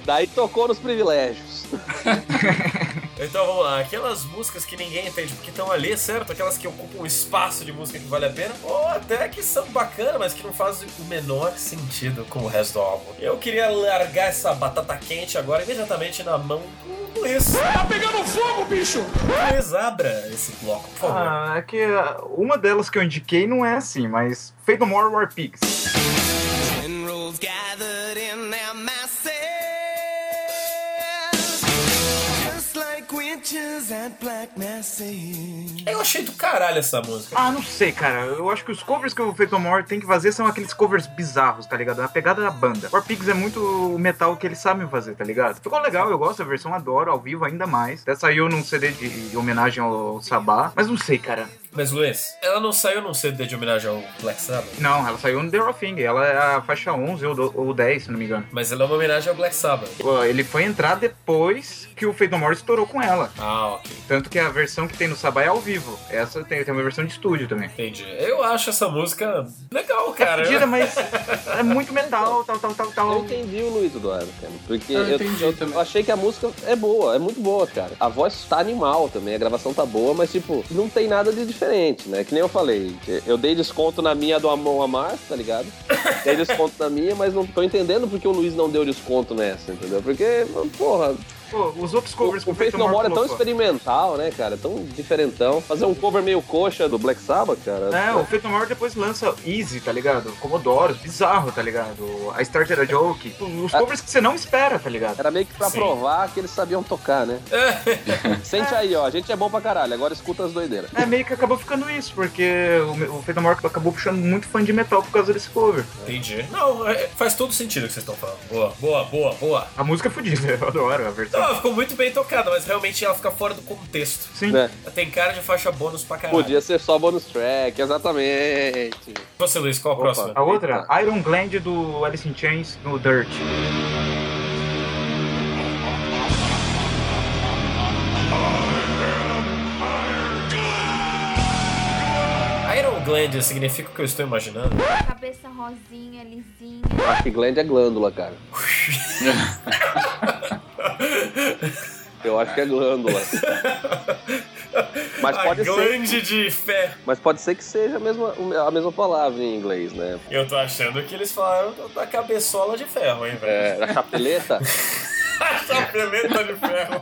Speaker 3: Daí tocou nos privilégios.
Speaker 1: Então vamos lá, aquelas músicas que ninguém entende porque estão ali, certo? Aquelas que ocupam um espaço de música que vale a pena, ou até que são bacanas, mas que não fazem o menor sentido com o resto do álbum. Eu queria largar essa batata quente agora imediatamente na mão do Luiz. Tá pegando fogo, bicho! Luiz, abra esse bloco, por favor.
Speaker 4: Ah, é que ah, uma delas que eu indiquei não é assim, mas Fade No More War Pigs.
Speaker 7: Generals gathered in their masses, just like witches at black masses.
Speaker 1: Eu achei do caralho essa música.
Speaker 4: Ah, não sei, cara. Eu acho que os covers que o Fate No More tem que fazer são aqueles covers bizarros, tá ligado? A pegada da banda. War Pigs é muito o metal que eles sabem fazer, tá ligado? Ficou legal, eu gosto da versão, adoro, ao vivo ainda mais. Até saiu num CD de, de homenagem ao Sabá, mas não sei, cara.
Speaker 1: Mas Luiz, ela não saiu num CD de homenagem ao Black Sabbath,
Speaker 4: Não, ela saiu no The Raw Thing, ela é a faixa 11 ou, do- ou 10, se não me engano.
Speaker 1: mas ela é uma homenagem ao Black Sabbath.
Speaker 4: Pô, Ele foi entrar depois que o Fade No More estourou com ela.
Speaker 1: Ah, ok.
Speaker 4: Tanto que a versão que tem no Sabá é ao vivo. Essa tem, tem uma versão de estúdio também.
Speaker 1: Entendi. Eu acho essa música legal, cara.
Speaker 4: É fodida, mas é muito metal, tal, tal, tal,
Speaker 3: Eu
Speaker 4: tal.
Speaker 3: entendi o Luiz Eduardo, cara. Porque
Speaker 2: Eu
Speaker 3: eu,
Speaker 2: entendi
Speaker 3: eu-
Speaker 2: também.
Speaker 3: eu achei que a música é boa, é muito boa, cara. A voz tá animal também, a gravação tá boa, mas, tipo, não tem nada de diferente, né? Que nem eu falei. Eu dei desconto na minha do Amon Amar, tá ligado? Dei desconto na minha, mas não tô entendendo porque o Luiz não deu desconto nessa, entendeu? Porque, porra,
Speaker 4: Pô, os outros
Speaker 3: o,
Speaker 4: covers que
Speaker 3: o Faith No
Speaker 4: Fate
Speaker 3: More é tão
Speaker 4: colocou-
Speaker 3: experimental, né, cara? Tão diferentão. Fazer um cover meio coxa do Black Sabbath, cara.
Speaker 4: É, o Fate No More depois lança Easy, tá ligado? Commodore, bizarro, tá ligado? A Starter a Joke. Os covers que você não espera, tá ligado?
Speaker 3: Era meio que pra
Speaker 1: Sim.
Speaker 3: provar que eles sabiam tocar, né? Sente aí, ó. A gente é bom pra caralho. Agora escuta as doideiras.
Speaker 4: É, meio que acabou ficando isso, porque o, o Fate No More acabou puxando muito fã de metal por causa desse cover.
Speaker 1: Entendi. Não, é- faz todo sentido o que vocês estão falando. Boa, boa, boa, boa.
Speaker 4: A música é fodida, eu adoro a
Speaker 1: Não,
Speaker 4: versão.
Speaker 1: ela ficou muito bem tocada, mas realmente ela fica fora do contexto.
Speaker 4: Sim.
Speaker 3: Né?
Speaker 1: Ela tem cara de faixa bônus pra caralho.
Speaker 3: Podia ser só bonus track, exatamente.
Speaker 1: Você, Luiz, qual a
Speaker 3: Opa.
Speaker 1: próxima?
Speaker 4: A outra, Iron Gland do Alice in Chains no Dirt.
Speaker 1: Iron Gland significa o que eu estou imaginando?
Speaker 13: Cabeça rosinha, lisinha.
Speaker 3: Acho que gland é glândula, cara. Eu acho que é glândula. Mas pode
Speaker 1: a
Speaker 3: ser.
Speaker 1: Gland de fé.
Speaker 3: Mas pode ser que seja a mesma, a mesma palavra em inglês, né?
Speaker 1: Eu tô achando que eles falaram da cabeçola de ferro, hein, velho?
Speaker 3: É, a chapeleta?
Speaker 1: Chapeleta de ferro.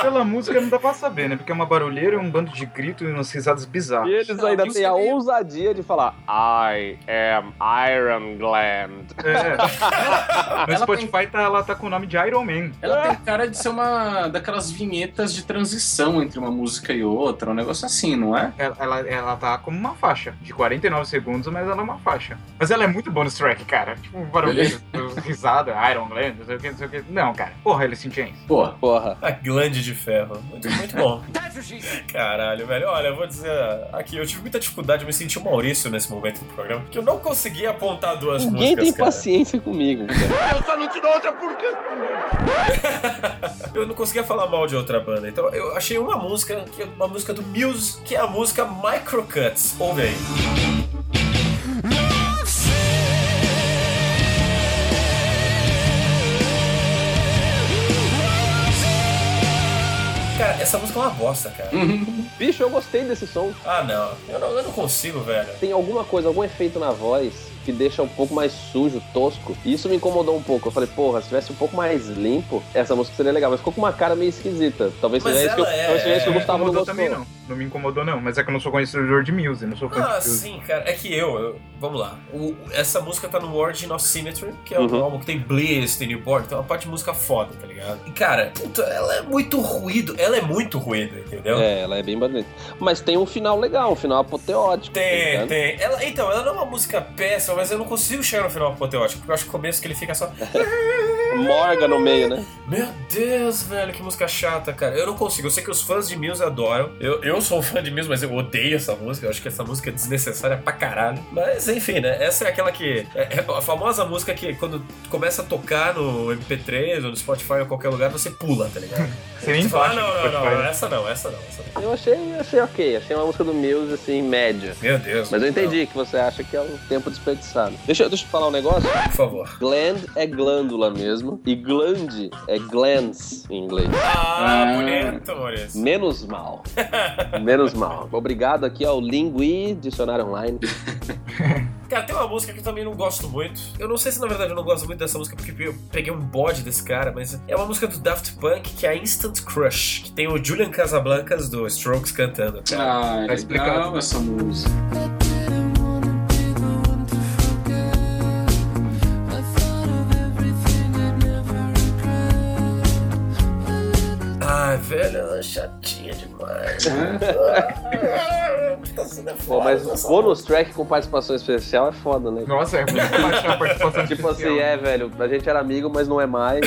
Speaker 4: Pela música não dá pra saber, né? Porque é uma barulheira, um bando de grito e umas risadas bizarras.
Speaker 3: E eles ainda têm a ousadia de falar I am Iron Gland.
Speaker 4: É. No Spotify tá, ela tá com o nome de Iron Man.
Speaker 2: Ela tem cara de ser uma daquelas vinhetas de transição entre uma música e outra, um negócio assim, não é?
Speaker 4: Ela, ela, ela tá como uma faixa, de 49 segundos, mas ela é uma faixa. Mas ela é muito bonus track, cara. Tipo, barulheiro, risada, Iron Land, não sei o que, não sei o que. Não, cara. Porra, ele se Chains.
Speaker 2: Porra.
Speaker 3: Porra.
Speaker 1: A glande de ferro. Muito, muito bom. Caralho, velho. Olha, eu vou dizer aqui, eu tive muita dificuldade, eu me senti o Maurício nesse momento do programa, que eu não consegui apontar duas
Speaker 3: Ninguém
Speaker 1: músicas,
Speaker 3: tem
Speaker 1: cara.
Speaker 3: paciência comigo. cara.
Speaker 1: Eu só não tiro outra porque. eu não conseguia falar mal de outra banda. Então eu achei uma música, que é uma música do Muse, que é a música Microcuts. Ouve aí. Cara, essa música é uma bosta, cara.
Speaker 3: Bicho, eu gostei desse som.
Speaker 1: Ah, não. Eu não, eu não consigo, velho.
Speaker 3: Tem alguma coisa, algum efeito na voz que deixa um pouco mais sujo, tosco. E isso me incomodou um pouco. Eu falei, porra, se tivesse um pouco mais limpo, essa música seria legal. Mas ficou com uma cara meio esquisita. Talvez
Speaker 1: Mas
Speaker 3: seja isso que eu,
Speaker 1: ela é-
Speaker 3: talvez seja isso que o
Speaker 1: é,
Speaker 3: Gustavo não
Speaker 4: incomodou
Speaker 3: gostou.
Speaker 4: também, não. Não me incomodou, não. Mas é que eu não sou conhecedor de music, não sou fã de
Speaker 1: Ah,
Speaker 4: music.
Speaker 1: sim, cara. É que eu, eu- vamos lá. O- essa música tá no Origin of Symmetry, que é
Speaker 3: Uhum.
Speaker 1: um álbum que tem Bliss, tem Newborn, tem uma parte de música foda, tá ligado? E, cara, puta, ela é muito ruído. Ela é muito ruído, entendeu?
Speaker 3: É, ela é bem barulhenta. Mas tem um final legal, um final apoteótico. tá
Speaker 1: Tem,
Speaker 3: ligado?
Speaker 1: tem. Ela, então, ela não é uma música péssima, mas eu não consigo chegar no final apoteótico, porque eu acho que o começo que ele fica só.
Speaker 3: Morga no meio, né?
Speaker 1: Meu Deus, velho, que música chata, cara. Eu não consigo. Eu sei que os fãs de Muse adoram. Eu, eu sou um fã de Muse, mas eu odeio essa música. Eu acho que essa música é desnecessária pra caralho. Mas enfim, né? Essa é aquela que. É é a famosa música que quando começa a tocar no MP3 ou no Spotify ou em qualquer lugar, você pula, tá ligado?
Speaker 4: Você nem
Speaker 1: Você fala, ah,
Speaker 4: baixa
Speaker 1: não,
Speaker 4: no
Speaker 1: não, não,
Speaker 4: Spotify,
Speaker 1: não,
Speaker 4: né?
Speaker 1: essa não, essa não, essa não.
Speaker 3: Eu achei, achei ok. Achei uma música do Muse, assim, média.
Speaker 1: Meu Deus.
Speaker 3: Mas eu
Speaker 1: não.
Speaker 3: entendi que você acha que é um tempo desperdiçado. Deixa, eu- deixa eu falar um negócio.
Speaker 1: Por favor.
Speaker 3: Gland é glândula mesmo. E glande é glands em inglês.
Speaker 1: Ah, bonito, Maurício.
Speaker 3: Menos mal. Menos mal. Obrigado aqui ao Lingui Dicionário Online.
Speaker 1: Cara, tem uma música que eu também não gosto muito. Eu não sei se na verdade eu não gosto muito dessa música porque eu peguei um bode desse cara, mas é uma música do Daft Punk que é a Instant Crush, que tem o Julian Casablancas do Strokes cantando. cara.
Speaker 2: Ah,
Speaker 4: Tá
Speaker 2: é
Speaker 4: explicado.
Speaker 2: legal essa música.
Speaker 1: Ai, velho, ela é chatinha demais. tá sendo
Speaker 3: Ah. Pô,
Speaker 1: foda.
Speaker 3: mas
Speaker 1: essa
Speaker 3: bônus track com participação especial é foda, né?
Speaker 4: Nossa, é muito baixar a participação
Speaker 3: Tipo
Speaker 4: especial.
Speaker 3: assim, é, velho, a gente era amigo, mas não é mais.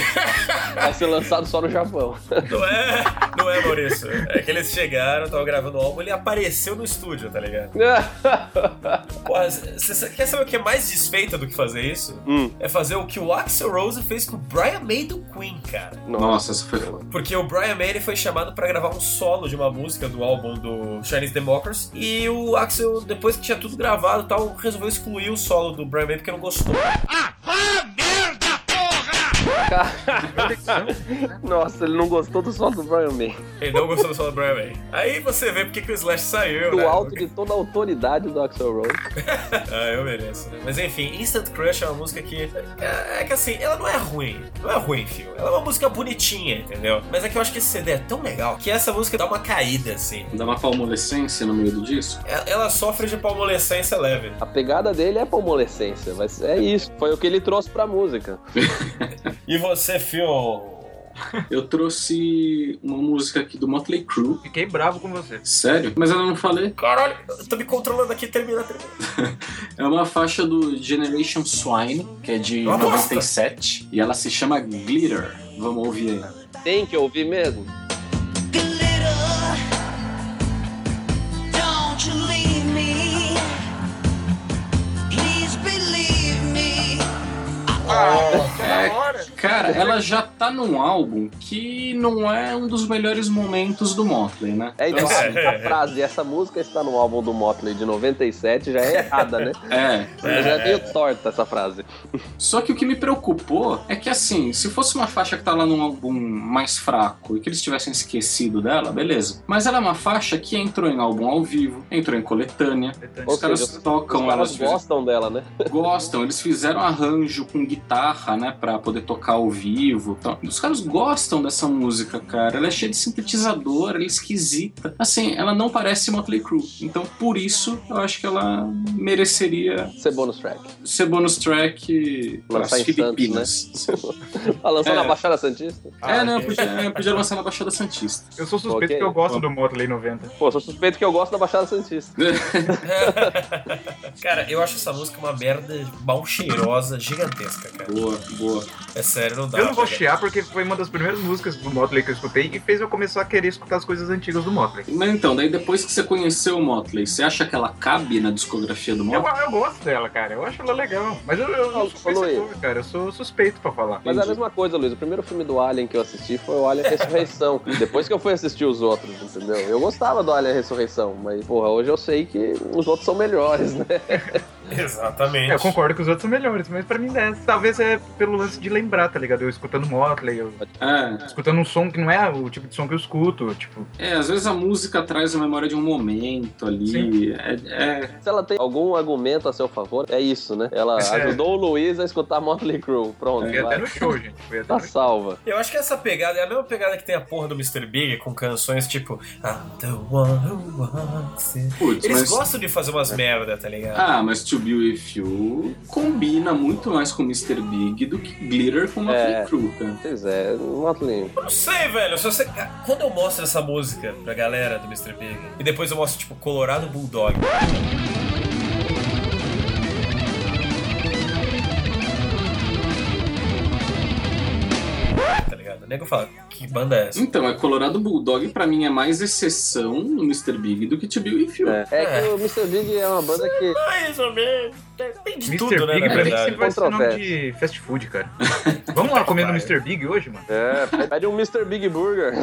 Speaker 3: Vai ser lançado só no Japão.
Speaker 1: Não é, não é, Maurício. É que eles chegaram, estavam gravando o álbum, ele apareceu no estúdio, tá ligado? Pô, você quer saber o que é mais desfeita do que fazer isso?
Speaker 3: Hum.
Speaker 1: É fazer o que o Axel Rose fez com o Brian May do Queen, cara.
Speaker 2: Nossa, essa foi foda.
Speaker 1: Porque o Brian May ele foi chamado pra gravar um solo de uma música do álbum do Chinese Democracy e o Axel, depois que tinha tudo gravado e tal, resolveu excluir o solo do Brian May porque não gostou.
Speaker 3: Nossa, ele não gostou do solo do Brian May.
Speaker 1: Ele não gostou do solo do Brian May. Aí você vê porque que o Slash saiu, né?
Speaker 3: Do alto de toda a autoridade do Axel Rose.
Speaker 1: Ah, eu mereço, né? Mas enfim, Instant Crush é uma música que. É, é que assim, ela não é ruim. Não é ruim, filho. Ela é uma música bonitinha, entendeu? Mas é que eu acho que esse CD é tão legal que essa música dá uma caída, assim.
Speaker 2: Dá uma palmolescência no meio do disco?
Speaker 1: Ela, ela sofre de palmolescência leve.
Speaker 3: A pegada dele é palmolescência, mas é isso. Foi o que ele trouxe pra música.
Speaker 1: E você, Phil?
Speaker 2: Eu trouxe uma música aqui do Motley Crue.
Speaker 4: Fiquei bravo com você.
Speaker 2: Sério? Mas eu não falei.
Speaker 1: Caralho, eu tô me controlando aqui, termina, termina.
Speaker 2: É uma faixa do Generation Swine, que é de
Speaker 1: Nossa!
Speaker 2: 97, e ela se chama Glitter. Vamos ouvir aí.
Speaker 3: Tem que ouvir mesmo.
Speaker 14: Don't you leave me. Please believe me.
Speaker 2: Cara, ela já tá num álbum que não é um dos melhores momentos do Motley, né?
Speaker 3: É então,
Speaker 2: Então, assim,
Speaker 3: a frase, essa música está no álbum do Motley de 97, já é errada, né?
Speaker 2: é,
Speaker 3: Já é meio torta essa frase.
Speaker 2: Só que o que me preocupou é que, assim, se fosse uma faixa que tá lá num álbum mais fraco e que eles tivessem esquecido dela, beleza. Mas ela é uma faixa que entrou em álbum ao vivo, entrou em coletânea.
Speaker 4: É
Speaker 3: Ou
Speaker 2: Os caras
Speaker 3: seja,
Speaker 2: tocam
Speaker 3: Os
Speaker 2: ela,
Speaker 3: caras
Speaker 2: elas
Speaker 3: gostam dela, né?
Speaker 2: gostam, eles fizeram arranjo com guitarra, né, pra poder tocar ao vivo tal. Os caras gostam dessa música, cara. Ela é cheia de sintetizador, ela é esquisita. Assim, ela não parece Motley Crue. Então, por isso, eu acho que ela mereceria...
Speaker 3: Ser bonus track.
Speaker 2: Ser bonus track para as
Speaker 3: Lançar em né?
Speaker 2: Filipinas.
Speaker 3: Ela Ah, lançou
Speaker 2: É.
Speaker 3: na Baixada Santista?
Speaker 2: é, não, podia, é, podia lançar na Baixada Santista.
Speaker 4: Ah, Eu sou suspeito que eu gosto do Motley 90.
Speaker 3: Pô, sou suspeito que eu gosto da Baixada Santista.
Speaker 1: Cara, eu acho essa música uma merda mal cheirosa, gigantesca, cara.
Speaker 2: Boa, boa.
Speaker 1: É sério,
Speaker 3: Tá,
Speaker 1: não dá.
Speaker 4: Eu não vou
Speaker 1: cara.
Speaker 4: chiar porque foi uma das primeiras músicas do Motley que eu escutei e fez eu começar a querer escutar as coisas antigas do Motley.
Speaker 2: Mas então, daí depois que você conheceu o Motley, você acha que ela cabe na discografia do
Speaker 4: Eu,
Speaker 2: Motley?
Speaker 4: eu gosto dela, cara. Eu acho ela legal. Mas eu, eu não sou
Speaker 3: falou
Speaker 4: conhecedor, cara. Eu sou suspeito pra falar.
Speaker 3: Mas é a mesma coisa, Luiz. O primeiro filme do Alien que eu assisti foi o Alien Ressurreição. Depois que eu fui assistir os outros, entendeu? Eu gostava do Alien Ressurreição, mas, porra, hoje eu sei que os outros são melhores, né?
Speaker 1: Exatamente.
Speaker 4: Eu concordo que os outros são melhores, mas pra mim é, talvez é pelo lance de lembrar, tá ligado? Eu escutando Motley, eu escutando um som que não é o tipo de som que eu escuto, tipo,
Speaker 2: É, às vezes a música traz a memória de um momento ali. É, é-
Speaker 3: Se ela tem algum argumento a seu favor, é isso, né? Ela
Speaker 2: É.
Speaker 3: ajudou o Luiz a escutar Motley Crue. Pronto,
Speaker 4: Foi
Speaker 3: vai.
Speaker 4: até no show, gente. Foi até
Speaker 3: Tá
Speaker 4: no
Speaker 3: salva.
Speaker 1: Eu acho que essa pegada é a mesma pegada que tem a porra do Mr. Big com canções tipo I'm the one who wants it.
Speaker 2: Putz,
Speaker 1: Eles
Speaker 2: mas-
Speaker 1: gostam de fazer
Speaker 4: é.
Speaker 1: umas merda, tá ligado?
Speaker 2: Ah, mas To Be With You combina muito mais com Mr. Big do que Glitter com uma
Speaker 1: É.
Speaker 2: é. fruta.
Speaker 3: Pois é, Motley.
Speaker 1: Eu não sei, velho. Se você... Quando eu mostro essa música pra galera do Mr. Big e depois eu mostro tipo Colorado Bulldog. Tá ligado? O nego fala, que banda é essa?
Speaker 2: Então, é Colorado Bulldog pra mim é mais exceção no Mr. Big do que To Be With You.
Speaker 3: É, é que o Mr. Big é uma banda que.
Speaker 1: Mais ou menos. Tem de
Speaker 4: Mr.
Speaker 1: tudo, né?
Speaker 4: Big
Speaker 1: na
Speaker 4: pra mim
Speaker 1: verdade.
Speaker 4: sempre vai ser nome de fast food, cara. Vamos lá comer no Mr. Big hoje, mano?
Speaker 3: É, pede um Mr. Big Burger.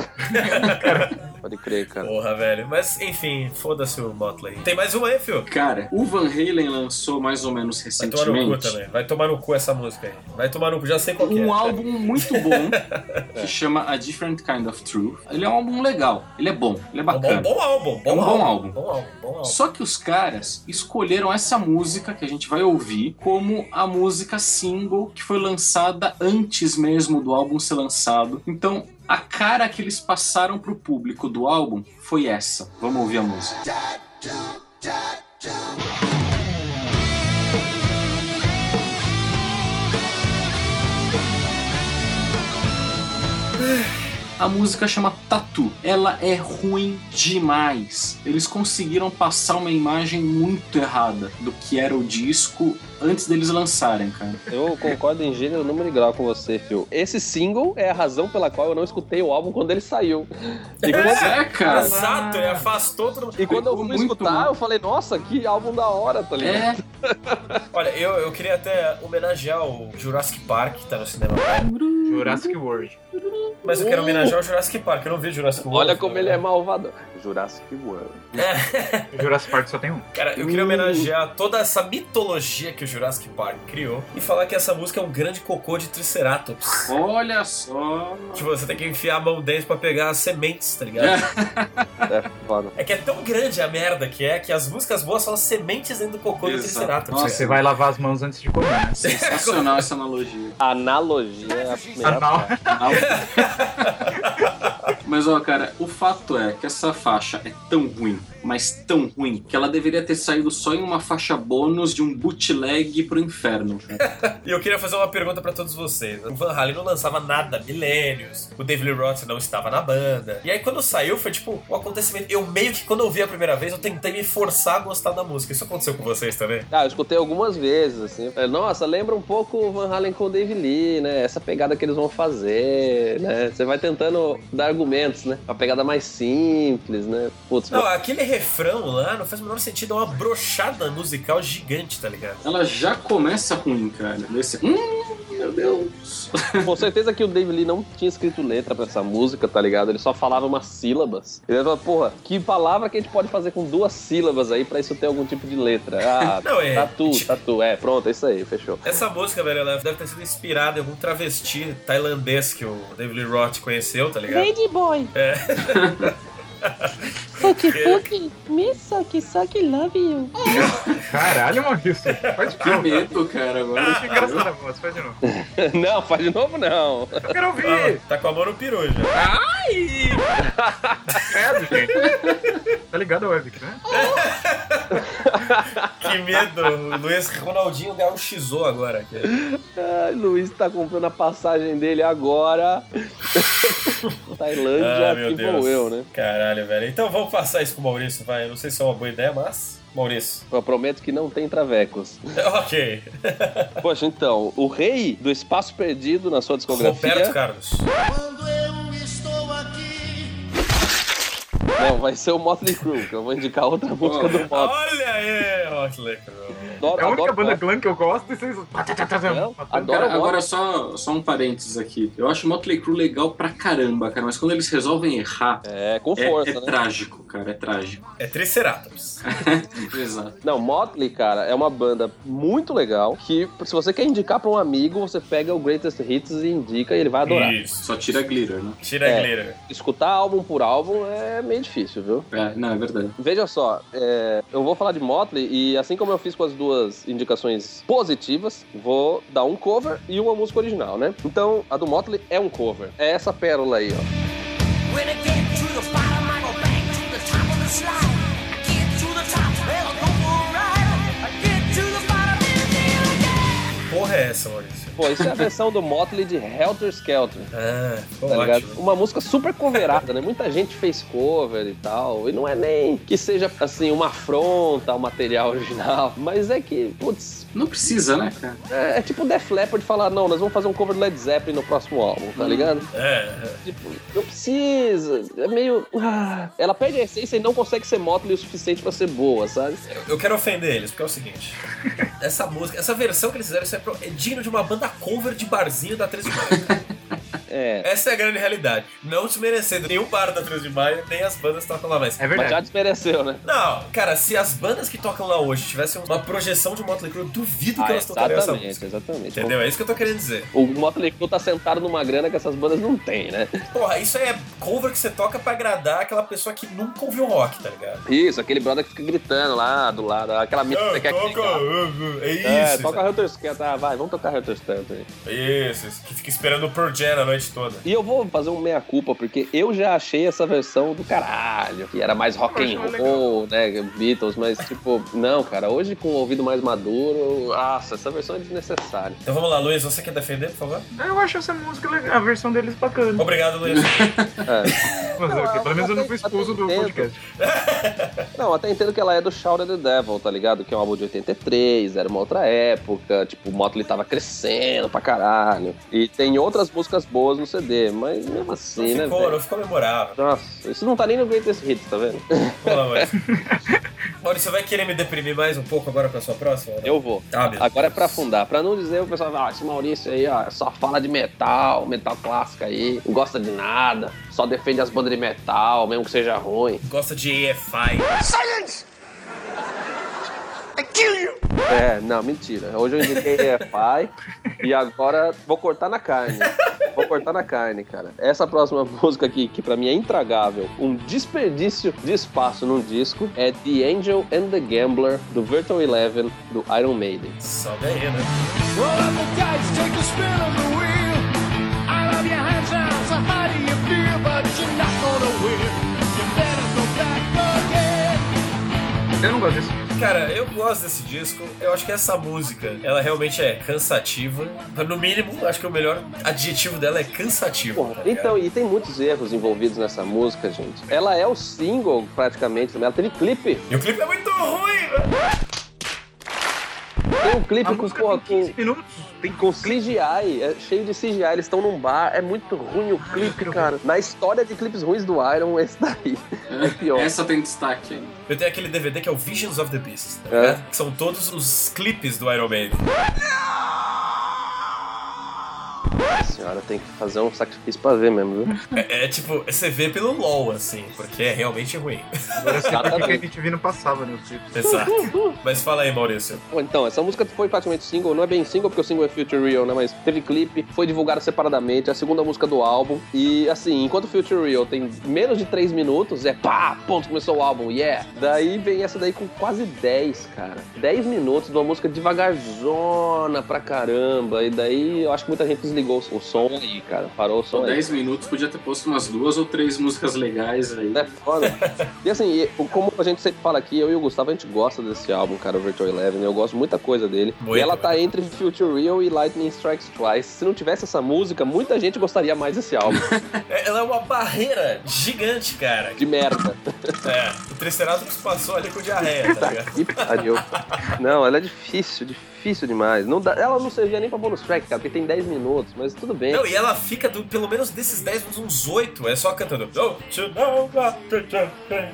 Speaker 3: Pode crer, cara.
Speaker 1: né? Porra, velho. Mas enfim, foda-se o Motley. Tem mais uma aí, fio.
Speaker 2: Cara, o Van Halen lançou mais ou menos
Speaker 1: Vai tomar no cu
Speaker 2: recentemente
Speaker 1: também. Vai tomar no cu essa música aí. Vai tomar no cu, já sei qual que é.
Speaker 2: um álbum muito bom que chama A Different Kind of Truth. Ele é um álbum legal, ele é bom, ele é
Speaker 1: É
Speaker 2: bacana.
Speaker 1: um bom álbum, bom
Speaker 2: É um
Speaker 1: álbum.
Speaker 2: bom álbum.
Speaker 1: Bom álbum, bom álbum.
Speaker 2: Só que os caras escolheram essa música que a gente vai ouvir como a música single que foi lançada antes mesmo do álbum ser lançado. Então, a cara que eles passaram pro público do álbum foi essa. Vamos ouvir a música. A música chama Tatu. Ela é ruim demais. Eles conseguiram passar uma imagem muito errada do que era o disco antes deles lançarem, cara.
Speaker 3: Eu concordo em gênero, número e grau com você, Phil. Esse single é a razão pela qual eu não escutei o álbum quando ele saiu. E quando,
Speaker 2: É, cara.
Speaker 1: Exato, ele afastou todo mundo.
Speaker 3: e quando eu fui
Speaker 1: Muito
Speaker 3: escutar,
Speaker 1: mal.
Speaker 3: eu falei, nossa, que álbum da hora, tá ligado?
Speaker 1: Olha, eu, eu queria até homenagear o Jurassic Park, que tá no cinema. agora.
Speaker 4: Jurassic World.
Speaker 1: Mas eu quero homenagear o Jurassic Park, eu não vi Jurassic World.
Speaker 3: Uh.
Speaker 1: É,
Speaker 3: Olha como ele é malvado. Jurassic World.
Speaker 4: Jurassic Park só tem um.
Speaker 1: Cara, eu
Speaker 3: Uh.
Speaker 1: queria homenagear toda essa mitologia que o Jurassic Park criou e falar que essa música é um grande cocô de Triceratops.
Speaker 2: Olha só.
Speaker 1: Tipo, você tem que enfiar a mão dentro pra pegar as sementes, tá ligado?
Speaker 3: É foda.
Speaker 1: É que é tão grande a merda que é que as músicas boas são as sementes dentro do cocô do Triceratops.
Speaker 4: Você vai lavar as mãos antes de comer. né?
Speaker 2: Sensacional essa analogia.
Speaker 3: Analogia é a primeira
Speaker 4: Anal.
Speaker 3: parte.
Speaker 2: Mas ó, cara, o fato é que essa faixa é tão ruim, mas tão ruim, que ela deveria ter saído só em uma faixa bônus de um bootleg pro inferno. cara.
Speaker 1: E eu queria fazer uma pergunta pra todos vocês. O Van Halen não lançava nada há milênios. O David Lee Roth não estava na banda. E aí quando saiu foi tipo um acontecimento. Eu meio que quando eu vi a primeira vez, eu tentei me forçar a gostar da música. Isso aconteceu com vocês também?
Speaker 3: Ah, eu escutei algumas vezes, assim. Falei, Nossa, lembra um pouco o Van Halen com o Dave Lee, né? Essa pegada que eles vão fazer, né? Você vai tentando dar argumentos, né? Uma pegada mais simples, né? Putz,
Speaker 1: Não, aquele refrão lá não faz o menor sentido. É uma brochada musical gigante, tá ligado?
Speaker 2: Ela já começa ruim, cara. Desse... Hum, meu Deus.
Speaker 3: Com certeza que o David Lee não tinha escrito letra pra essa música, tá ligado? Ele só falava umas sílabas. Ele falava, porra, que palavra que a gente pode fazer com duas sílabas aí pra isso ter algum tipo de letra? Ah,
Speaker 1: Não, é-
Speaker 3: tatu, tatu, é, pronto, é isso aí, fechou.
Speaker 1: Essa música, velho, ela deve ter sido inspirada em algum travesti tailandês que o David Lee Roth conheceu, tá ligado?
Speaker 15: Lady Boy.
Speaker 1: É.
Speaker 15: Fuck, fuck, miss, suck, suck, love you.
Speaker 4: Caralho, Maurício. Faz de novo.
Speaker 2: medo, cara, agora.
Speaker 4: Achei engraçado a voz, faz de novo.
Speaker 3: Não, faz de novo não.
Speaker 4: Eu quero ouvir.
Speaker 1: tá com a mão no peru já.
Speaker 4: Ai! Credo, gente. Tá ligado a webcam, né?
Speaker 1: Que medo. O Luiz Ronaldinho gauchizou agora. Aqui.
Speaker 3: Ai, Luiz tá comprando a passagem dele agora. Tailândia,
Speaker 1: Ah, meu
Speaker 3: que
Speaker 1: Deus.
Speaker 3: vou eu, né?
Speaker 1: Caralho, velho. Então vamos passar isso com o Maurício, vai. Eu Não sei se é uma boa ideia, mas. Maurício.
Speaker 3: Eu prometo que não tem travecos.
Speaker 1: Ok.
Speaker 3: Poxa, então, o rei do espaço perdido na sua discografia.
Speaker 1: Roberto Carlos.
Speaker 3: Não, vai ser o Motley Crue, que eu vou indicar outra música do Motley.
Speaker 1: Olha aí, Motley Crue.
Speaker 3: Adoro,
Speaker 4: É a única
Speaker 3: adoro
Speaker 4: banda
Speaker 3: rock.
Speaker 4: glam que eu gosto e vocês.
Speaker 3: adoro
Speaker 2: Cara,
Speaker 3: rock.
Speaker 2: agora só, só um parênteses aqui. Eu acho o Motley Crue legal pra caramba, cara, mas quando eles resolvem errar,
Speaker 3: é, com
Speaker 2: é,
Speaker 3: força, né?
Speaker 2: trágico, cara, é trágico.
Speaker 1: É Triceratops.
Speaker 2: Exato.
Speaker 3: Não, Motley, cara, é uma banda muito legal que, se você quer indicar pra um amigo, você pega o Greatest Hits e indica e ele vai adorar.
Speaker 1: Isso.
Speaker 2: Só tira glitter, né?
Speaker 1: Tira a
Speaker 3: É.
Speaker 1: glitter.
Speaker 3: Escutar álbum por álbum é meio difícil, viu?
Speaker 2: É, não, é verdade.
Speaker 3: Veja só, é, eu vou falar de Motley e assim como eu fiz com as duas indicações positivas, vou dar um cover e uma música original, né? Então, a do Motley é um cover. É essa pérola aí, ó.
Speaker 14: When I get to the bottom, I go back to the top of the slide. I get to the top, well, I go for a ride. I get to the bottom and then I get.
Speaker 1: Porra é essa, Maurício?
Speaker 3: Pô, isso é a versão do Motley de Helter Skelter.
Speaker 1: Ah, ficou
Speaker 3: Tá
Speaker 1: ótimo.
Speaker 3: ligado? Uma música super coverada, né? Muita gente fez cover e tal. E não é nem que seja, assim, uma afronta ao material original, mas é que, putz,
Speaker 2: Não precisa, né, cara?
Speaker 3: é, é tipo o Def Leppard falar: não, nós vamos fazer um cover do Led Zeppelin no próximo álbum, tá ligado?
Speaker 1: É,
Speaker 3: Tipo, não precisa. É meio. ah. ela perde a essência e não consegue ser Motley o suficiente pra ser boa, sabe?
Speaker 1: eu quero ofender eles, porque é o seguinte: essa música, essa versão que eles fizeram isso é pro- é digno de uma banda cover de barzinho da 13 de maio. cara.
Speaker 3: É.
Speaker 1: Essa é a grande realidade. Não desmerecendo nenhum bar da 13 de maio, nem as bandas que tocam lá mais.
Speaker 4: É
Speaker 3: Mas já
Speaker 4: verdade.
Speaker 3: desmereceu, né?
Speaker 1: Não, cara, se as bandas que tocam lá hoje tivessem uma projeção de Motley Crue, eu duvido que
Speaker 3: Ah,
Speaker 1: elas tocariam essa música.
Speaker 3: exatamente, exatamente.
Speaker 1: Entendeu? É isso que eu tô querendo dizer.
Speaker 3: O Motley Crue tá sentado numa grana que essas bandas não têm, né?
Speaker 1: Porra, isso aí é cover que você toca pra agradar aquela pessoa que nunca ouviu rock, tá ligado?
Speaker 3: Isso, aquele brother que fica gritando lá do lado, aquela mina que você quer clicar.
Speaker 1: É isso.
Speaker 3: É,
Speaker 1: isso.
Speaker 3: toca Helter Skelter. Ah, vai, vamos tocar Helter Skelter aí.
Speaker 1: Isso, isso. Que fica esperando o Pearl Jam a noite toda.
Speaker 3: E eu vou fazer um meia-culpa, porque eu já achei essa versão do caralho, que era mais rock and roll, né, Beatles, mas tipo, não, cara, hoje com o ouvido mais maduro, nossa, essa versão é desnecessária.
Speaker 1: Então vamos lá, Luiz, você quer defender, por favor?
Speaker 4: Eu acho essa música legal, a versão deles bacana.
Speaker 1: Obrigado, Luiz.
Speaker 3: É.
Speaker 4: Mas é o quê? Pelo menos eu não fui expulso do podcast.
Speaker 3: Não, até entendo que ela é do Shout at the Devil, tá ligado? Que é um álbum de 83, era uma outra época, tipo, o Motley tava crescendo pra caralho. E tem outras músicas boas no CD, mas mesmo assim,
Speaker 1: não,
Speaker 3: né,
Speaker 1: ficou, não
Speaker 3: velho?
Speaker 1: ficou memorável.
Speaker 3: Nossa, isso não tá nem no Greatest Hits, tá vendo?
Speaker 1: Vamos lá, Maurício. Maurício, vai querer me deprimir mais um pouco agora com a sua próxima? ou não?
Speaker 3: Eu vou.
Speaker 1: Ah, meu
Speaker 3: Agora é
Speaker 1: Deus.
Speaker 3: pra afundar. Pra não dizer, o pessoal fala, ah, esse Maurício aí, ó, só fala de metal, metal clássico aí, não gosta de nada, só defende as bandas de metal, mesmo que seja ruim.
Speaker 1: Gosta de EFI.
Speaker 7: Silence! I kill you!
Speaker 3: É, não, mentira. Hoje eu indiquei EFI e agora vou cortar na carne. Vou cortar na carne, cara. Essa próxima música aqui, que pra mim é intragável, um desperdício de espaço num disco, é The Angel and the Gambler, do Virtual Eleven, do Iron Maiden.
Speaker 1: Sobe aí, né?
Speaker 12: Roll up the dice, take a spin on the wheel. I love your hands out, so how do you feel? But you're not gonna win. You better go back again.
Speaker 4: Eu não gosto disso.
Speaker 1: Cara, eu gosto desse disco. Eu acho que essa música, ela realmente é cansativa. No mínimo, acho que o melhor adjetivo dela é cansativo.
Speaker 3: Porra,
Speaker 1: tá ligado?
Speaker 3: então, e tem muitos erros envolvidos nessa música, gente. Ela é o single, praticamente, também. Ela teve clipe.
Speaker 1: E o clipe é muito ruim, velho.
Speaker 3: Tem um clipe
Speaker 4: A
Speaker 3: com,
Speaker 4: música
Speaker 3: porra,
Speaker 4: tem
Speaker 3: com,
Speaker 4: 15 minutos. Tem
Speaker 3: com CGI, é cheio de CGI. Eles estão num bar, é muito ruim o clipe, cara. Na história de clipes ruins do Iron, esse daí é pior.
Speaker 2: Essa tem destaque ainda.
Speaker 1: Eu tenho aquele DVD que é o Visions of the Beast, tá
Speaker 3: É.
Speaker 4: é.
Speaker 1: ligado? Que são todos os clipes do Iron Maiden.
Speaker 3: senhora, tem que fazer um sacrifício pra ver mesmo, viu?
Speaker 1: É, é tipo, você vê pelo LOL, assim, porque é realmente ruim.
Speaker 4: Agora você sabe que a gente viu não passava, né? o título.
Speaker 1: Exato. Mas fala aí, Maurício.
Speaker 3: Bom, então, essa música foi praticamente single, não é bem single porque o single é Future Real, né? Mas teve clipe, foi divulgada separadamente, é a segunda música do álbum. E assim, enquanto Future Real tem menos de 3 minutos, é pá, ponto, começou o álbum, yeah! Daí vem essa daí com quase 10, cara. 10 minutos de uma música devagarzona pra caramba. E daí eu acho que muita gente desligou o som aí, cara. Parou o som
Speaker 2: Só
Speaker 3: aí.
Speaker 2: 10 minutos, podia ter posto umas duas ou três músicas legais aí.
Speaker 3: É foda. E assim, e, como a gente sempre fala aqui, eu e o Gustavo, a gente gosta desse álbum, cara, o Virtual Eleven. Eu gosto muita coisa dele.
Speaker 1: Muito.
Speaker 3: e ela tá entre Future Real e Lightning Strikes Twice. Se não tivesse essa música, muita gente gostaria mais desse álbum.
Speaker 1: É, Ela é uma barreira gigante, cara.
Speaker 3: De merda.
Speaker 1: É, o Triceratops passou ali com diarreia, tá ligado?
Speaker 3: Que pariu. Não, ela é difícil, difícil demais. Não dá- ela não servia nem pra bonus track, cara, porque tem 10 minutos, mas tudo bem.
Speaker 1: Não, e ela fica, do, pelo menos desses 10 minutos, uns 8. É só cantando. Don't you know what to do?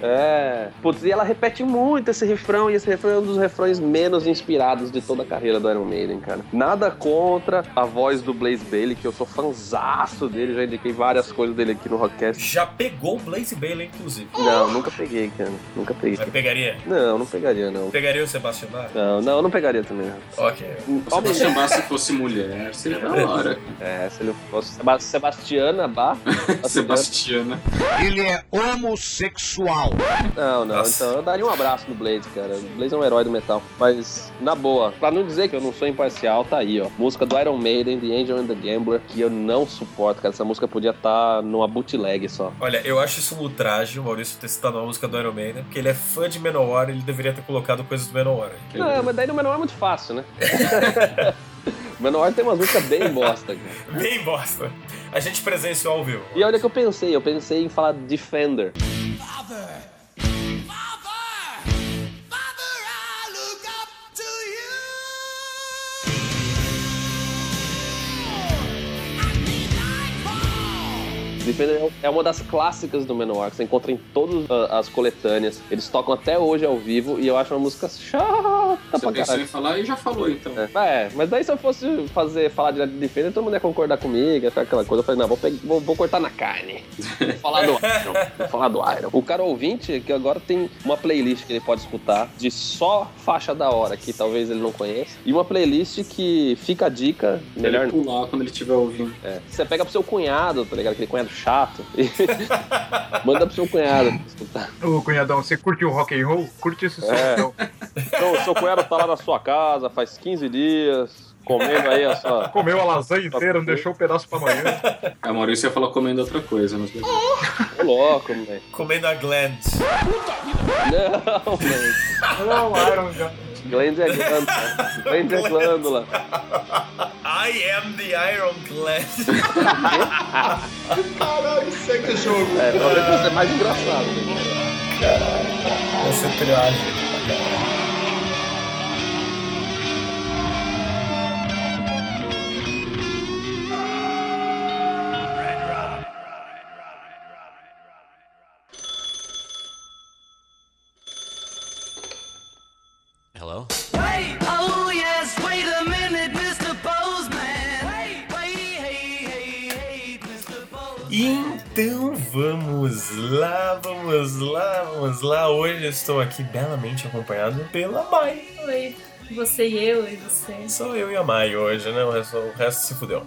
Speaker 3: É. Putz, e ela repete muito esse refrão, e esse refrão é um dos refrões menos inspirados de toda a carreira do Iron Maiden, cara. Nada contra a voz do Blaze Bailey, que eu sou fanzaço dele, já indiquei várias coisas dele aqui no Rockcast.
Speaker 1: Já pegou o Blaze Bailey, inclusive.
Speaker 3: Não, nunca peguei, cara. Nunca peguei.
Speaker 1: Mas pegaria?
Speaker 3: Não, não pegaria, não.
Speaker 1: Pegaria o Sebastião Bach?
Speaker 3: Não, não, não pegaria também. não.
Speaker 1: Ok.
Speaker 2: Se você chamar se fosse mulher, seria da hora.
Speaker 3: É, se ele fosse Seba- Sebastiana Bach.
Speaker 2: Sebastiana.
Speaker 7: Ele é homossexual.
Speaker 3: Não, não.
Speaker 7: Nossa.
Speaker 3: Então eu daria um abraço no Blaze, cara. O Blaze é um herói do metal. Mas, na boa, pra não dizer que eu não sou imparcial, tá aí, ó. Música do Iron Maiden, The Angel and the Gambler, que eu não suporto, cara. Essa música podia estar numa bootleg só.
Speaker 1: Olha, eu acho isso um ultraje, o Maurício ter citado uma música do Iron Maiden, porque ele é fã de Menor, ele deveria ter colocado coisas do Menor.
Speaker 3: Não, mas daí no menor é muito fácil, né? O menor tem umas músicas bem bosta, cara.
Speaker 1: Bem bosta. A gente presenciou ao vivo.
Speaker 3: E olha o que eu pensei, eu pensei em falar Defender. Defender é- é uma das clássicas do Menor, que você encontra em todas a- as coletâneas. Eles tocam até hoje ao vivo e eu acho uma música chata
Speaker 2: Você
Speaker 3: pra
Speaker 2: pensou em
Speaker 3: caralho.
Speaker 2: falar e já falou, então.
Speaker 3: É, mas daí se eu fosse fazer, falar direto de Defender, todo mundo ia concordar comigo, ia ficar aquela coisa. Eu falei, não, vou, pe- vou- vou cortar na carne. Vou falar do Iron. Vou falar do Iron. O cara ouvinte, que agora tem uma playlist que ele pode escutar de só faixa da hora, que talvez ele não conheça, e uma playlist que fica a dica,
Speaker 2: Pra ele
Speaker 3: melhor não.
Speaker 2: pular quando ele estiver ouvindo.
Speaker 3: É. Você pega pro seu cunhado, tá ligado? Aquele cunhado chato. E manda pro seu cunhado escutar.
Speaker 4: Ô, cunhadão, você curtiu o rock and roll? Curte esse som,
Speaker 3: É.
Speaker 4: então.
Speaker 3: Então, o seu cunhado tá lá na sua casa faz 15 dias, comendo aí a sua.
Speaker 4: Comeu a lasanha inteira, não deixou o pedaço pra amanhã.
Speaker 2: A É, Maurício ia falar comendo outra coisa, mas beleza.
Speaker 3: Ô, louco, velho.
Speaker 1: Comendo a Glenn.
Speaker 3: Não, velho.
Speaker 4: Não, Iron já.
Speaker 3: Glend é glândula. Glend é glândula.
Speaker 1: I am the Iron Glenn.
Speaker 12: Caralho, segue o jogo.
Speaker 3: É, talvez você é mais engraçado. né?
Speaker 1: Essa é triagem.
Speaker 16: Hello?
Speaker 14: Wait, oh yes, wait a minute, Mr. Bozeman. Wait, wait, hey, hey, hey, Mr. Bozeman.
Speaker 1: Então vamos lá, vamos lá, vamos lá. Hoje eu estou aqui belamente acompanhado pela Mai.
Speaker 17: Oi, você e eu e você.
Speaker 1: Só eu e a Mai hoje, né? O resto, o resto se fudeu. o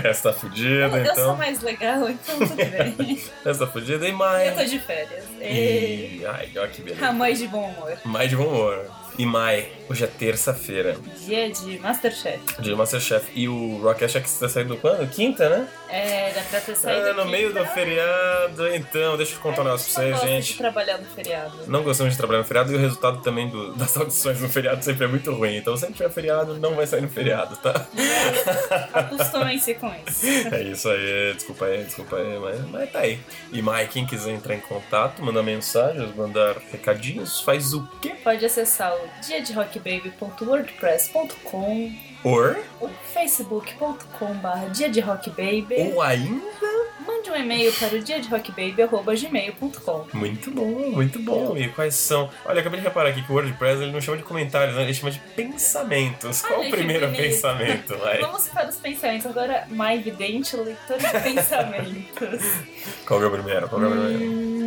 Speaker 1: resto tá fudido,
Speaker 17: Eu sou
Speaker 1: então.
Speaker 17: mais legal, então tudo bem.
Speaker 1: O resto tá fudido, e Mai?
Speaker 17: Eu tô de férias. E...
Speaker 1: E... Ai, olha que beleza.
Speaker 17: A mãe de bom humor.
Speaker 1: Mai de bom humor. E Mai, hoje é terça-feira,
Speaker 17: Dia de Masterchef.
Speaker 1: de Masterchef. E o Rockcast que está saindo quando? Quinta, né?
Speaker 17: É, dá pra ter saído
Speaker 1: Ah, no meio do feriado. Então, deixa eu
Speaker 17: É,
Speaker 1: contar um negócio pra vocês, gente.
Speaker 17: de trabalhar no feriado.
Speaker 1: Não gostamos de trabalhar no feriado e o resultado também do- das audições no feriado sempre é muito ruim. Então, sempre tiver feriado, não vai sair no feriado, tá?
Speaker 17: Acostumem-se com isso.
Speaker 1: É isso aí, desculpa aí, desculpa aí, mas, mas tá aí. E Mai, quem quiser entrar em contato, mandar mensagens, mandar recadinhos, faz o quê?
Speaker 17: Pode acessar o diaderockbaby.wordpress.com
Speaker 1: Or?
Speaker 17: ou facebook.com barra diaderockbaby
Speaker 1: Ou ainda?
Speaker 17: Mande um e-mail para o dia de rockbaby.gmail.com.
Speaker 1: Muito bom, muito bom. E quais são? Olha, eu acabei de reparar aqui que o WordPress ele não chama de comentários, né? ele chama de pensamentos. Qual
Speaker 17: Olha
Speaker 1: o
Speaker 17: que
Speaker 1: primeiro
Speaker 17: bonito.
Speaker 1: pensamento, Lai?
Speaker 17: Vamos para os pensamentos. Agora, mais evidente, leitor de pensamentos. Hum,
Speaker 1: Qual que é o primeiro? Qual que é o primeiro?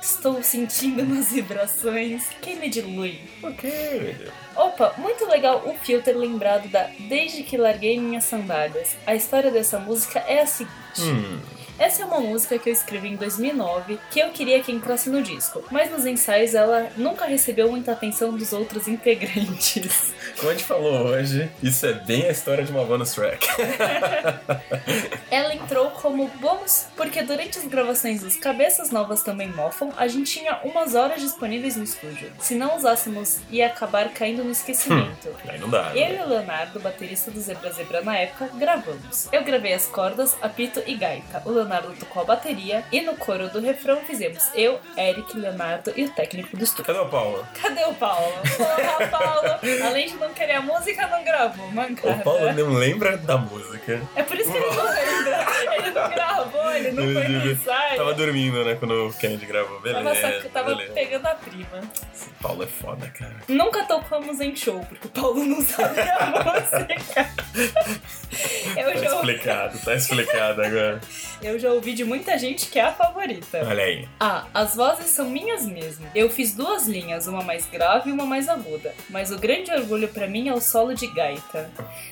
Speaker 17: Estou sentindo umas vibrações. Quem me dilui?
Speaker 1: Ok.
Speaker 17: Opa, muito legal o filter lembrado da Desde que larguei minhas sandálias. A história dessa música é a seguinte.
Speaker 1: Hum.
Speaker 17: Essa é uma música que eu escrevi em 2009, que eu queria que entrasse no disco, mas nos ensaios ela nunca recebeu muita atenção dos outros integrantes.
Speaker 1: Como a gente falou hoje, isso é bem a história de uma bonus track.
Speaker 17: Ela entrou como bônus porque durante as gravações dos Cabeças Novas Também Mofam, a gente tinha umas horas disponíveis no estúdio. Se não usássemos, ia acabar caindo no esquecimento.
Speaker 1: Aí não dá.
Speaker 17: Eu e
Speaker 1: Né?
Speaker 17: o Leonardo, baterista do Zebra Zebra na época, gravamos. Eu gravei as cordas, apito e gaita. O Leonardo tocou a bateria e no coro do refrão fizemos eu, Eric, Leonardo e o técnico do estúdio.
Speaker 1: Cadê o Paulo?
Speaker 17: Cadê o Paulo? Porra, Paulo! Além de não querer a música, não gravou, mancada.
Speaker 1: O Paulo é não lembra da música.
Speaker 17: É por isso que ele não lembra. Ele não gravou, ele não foi no ensaio.
Speaker 1: Uhum. Tava dormindo, né, quando o Kennedy gravou. Beleza,
Speaker 17: Tava, só- tava
Speaker 1: beleza.
Speaker 17: pegando a prima.
Speaker 1: O Paulo é foda, cara.
Speaker 17: Nunca tocamos em show, porque o Paulo não sabe a música.
Speaker 1: Tá
Speaker 17: Eu já, ouvi-
Speaker 1: explicado, tá explicado agora.
Speaker 17: eu já ouvi de muita gente que é a favorita.
Speaker 1: Olha aí.
Speaker 17: Ah, as vozes são minhas mesmo. Eu fiz duas linhas, uma mais grave e uma mais aguda. Mas o grande orgulho pra mim é o solo de gaita.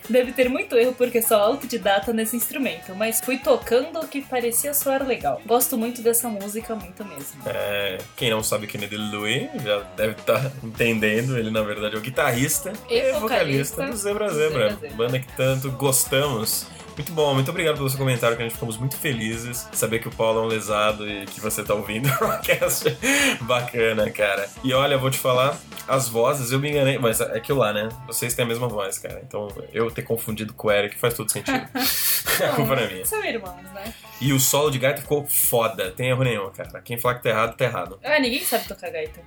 Speaker 17: Deve ter muito erro porque sou autodidata nesse instrumento, mas fui tocando o que parecia soar legal. Gosto muito dessa música, muito mesmo.
Speaker 1: É, quem não sabe quem é Dele Louis já deve estar entendendo. Ele, na verdade, é o guitarrista
Speaker 17: E vocalista
Speaker 1: do Zebra
Speaker 17: do
Speaker 1: Zebra,
Speaker 17: Zebra Zebra.
Speaker 1: banda que tanto gostamos. Muito bom, muito obrigado pelo seu comentário, que a gente ficamos muito felizes de saber que o Paulo é um lesado e que você tá ouvindo o podcast. Bacana, cara. E olha, eu vou te falar, as vozes, eu me enganei, mas é aquilo lá, né? Vocês têm a mesma voz, cara. Então eu ter confundido com o Eric faz todo sentido. a culpa não é minha.
Speaker 17: São irmãos, né?
Speaker 1: E o solo de gaita ficou foda, tem erro nenhum, cara. Quem falar que tá errado, tá errado.
Speaker 17: Ah, ninguém sabe tocar gaita.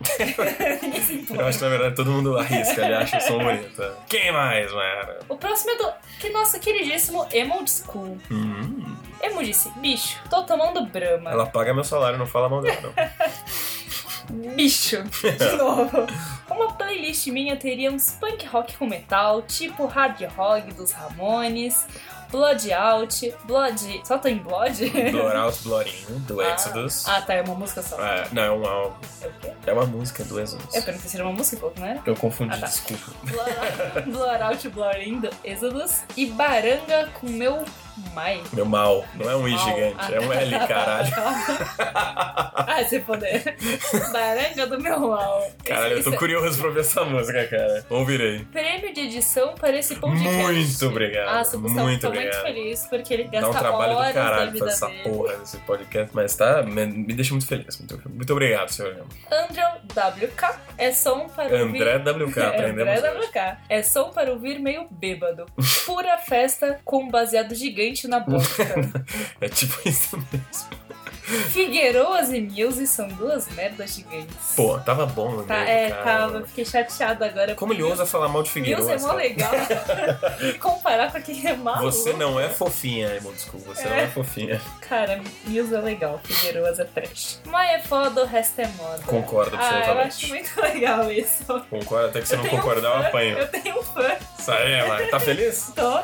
Speaker 17: ninguém se
Speaker 1: Eu acho
Speaker 17: importa.
Speaker 1: que na verdade todo mundo arrisca, ele acha o som bonito. é. Quem mais, Mayara?
Speaker 17: O próximo é do que nosso queridíssimo Emo School.
Speaker 1: Hum,
Speaker 17: Emo disse, bicho, tô tomando brama.
Speaker 1: ela paga meu salário, não fala mal dela, não.
Speaker 17: Bicho, de novo. Uma playlist minha teria uns punk rock com metal, tipo hard rock dos Ramones, Blood Out, Blood. Só tem Blood?
Speaker 1: Doral Blorinho, do Exodus.
Speaker 17: Ah, tá, é uma música só.
Speaker 1: É, não, é um álbum.
Speaker 17: É o quê?
Speaker 1: É uma música do Exodus.
Speaker 17: Eu perguntei se era uma música, não era?
Speaker 1: Eu confundi,
Speaker 17: Ah, tá.
Speaker 1: desculpa.
Speaker 17: Blur Out, Blur In do Exodus e Baranga com meu mai.
Speaker 1: Meu mal, não é um I
Speaker 17: Mal.
Speaker 1: gigante, é um
Speaker 17: Ah,
Speaker 1: L, caralho.
Speaker 17: ah, se puder. Baranga do meu mal.
Speaker 1: Caralho, eu tô curioso pra ouvir essa música, cara. Ouvirei.
Speaker 17: Prêmio de edição para esse podcast.
Speaker 1: Muito obrigado.
Speaker 17: Ah, seu Gustavo
Speaker 1: muito
Speaker 17: tá
Speaker 1: obrigado.
Speaker 17: muito feliz porque ele
Speaker 1: Dá
Speaker 17: gasta
Speaker 1: um trabalho
Speaker 17: horas
Speaker 1: do
Speaker 17: da
Speaker 1: caralho
Speaker 17: vida
Speaker 1: fazer essa
Speaker 17: dele.
Speaker 1: porra desse podcast, mas tá, me, me deixa muito feliz. Muito, muito obrigado, senhor. Lemos.
Speaker 17: Andrew WK é som para
Speaker 1: André
Speaker 17: ouvir... É,
Speaker 1: WK, aprendemos
Speaker 17: André
Speaker 1: hoje.
Speaker 17: WK. É som para ouvir meio bêbado. Pura festa com um baseado gigante na boca.
Speaker 1: É tipo isso mesmo.
Speaker 17: Figueiroas e Mills são duas merdas gigantes.
Speaker 1: Pô, tava bom, né?
Speaker 17: Tá, é,
Speaker 1: cara?
Speaker 17: tava. Fiquei chateada agora.
Speaker 1: Como ele ousa falar mal de Figueiredo?
Speaker 17: Mills é mó legal. Comparar com quem é maluco.
Speaker 1: Você não é fofinha, irmão, desculpa, você
Speaker 17: É.
Speaker 1: não é fofinha.
Speaker 17: Cara, Mills é legal, Figueiroas é trash. Mas é foda, o resto é moda.
Speaker 1: Concordo
Speaker 17: Ah, eu
Speaker 1: absolutamente.
Speaker 17: acho muito legal isso.
Speaker 1: Concordo, até que você
Speaker 17: Eu
Speaker 1: não
Speaker 17: tenho um
Speaker 1: concordar,
Speaker 17: fã,
Speaker 1: eu apanho.
Speaker 17: Eu tenho um fã.
Speaker 1: Isso aí, mano. Tá feliz?
Speaker 17: Tô.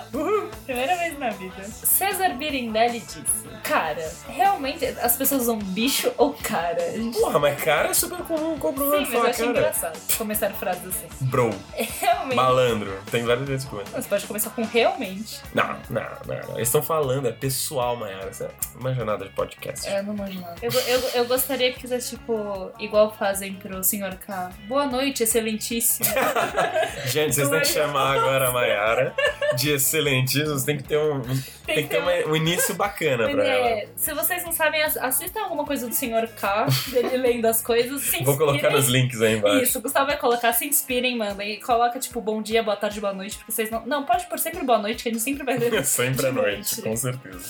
Speaker 17: Primeira vez na vida. César Birindelli disse: Cara, realmente as pessoas usam bicho ou cara? A gente-
Speaker 1: Porra, mas cara é super comum, qual o problema de
Speaker 17: Sim, mas eu
Speaker 1: falar
Speaker 17: acho
Speaker 1: cara?
Speaker 17: engraçado começar frases assim.
Speaker 1: Bro,
Speaker 17: Realmente.
Speaker 1: malandro, tem várias vezes com ele.
Speaker 17: Você pode começar com realmente.
Speaker 1: Não, não, não, não. Eles estão falando, é pessoal, Mayara. Você não manja nada de podcast.
Speaker 17: É, não manjo nada. Eu, eu, eu gostaria que fizesse, tipo, igual fazem pro Sr. K. Boa noite, excelentíssimo.
Speaker 1: Gente, vocês têm que chamar agora a Mayara de excelentíssimos. Tem que ter um, tem que ter uma- um início bacana pra ela.
Speaker 17: É, se vocês não sabem, ass- assistam alguma coisa do Sr. K, dele lendo as coisas. se
Speaker 1: Vou colocar
Speaker 17: inspirem.
Speaker 1: nos links aí embaixo.
Speaker 17: Isso, o Gustavo vai colocar, se inspirem, mandem. E coloca, tipo bom dia, boa tarde, boa noite, porque vocês não. Não, pode pôr sempre boa noite, que a gente sempre vai ler.
Speaker 1: É Sempre à noite, com certeza.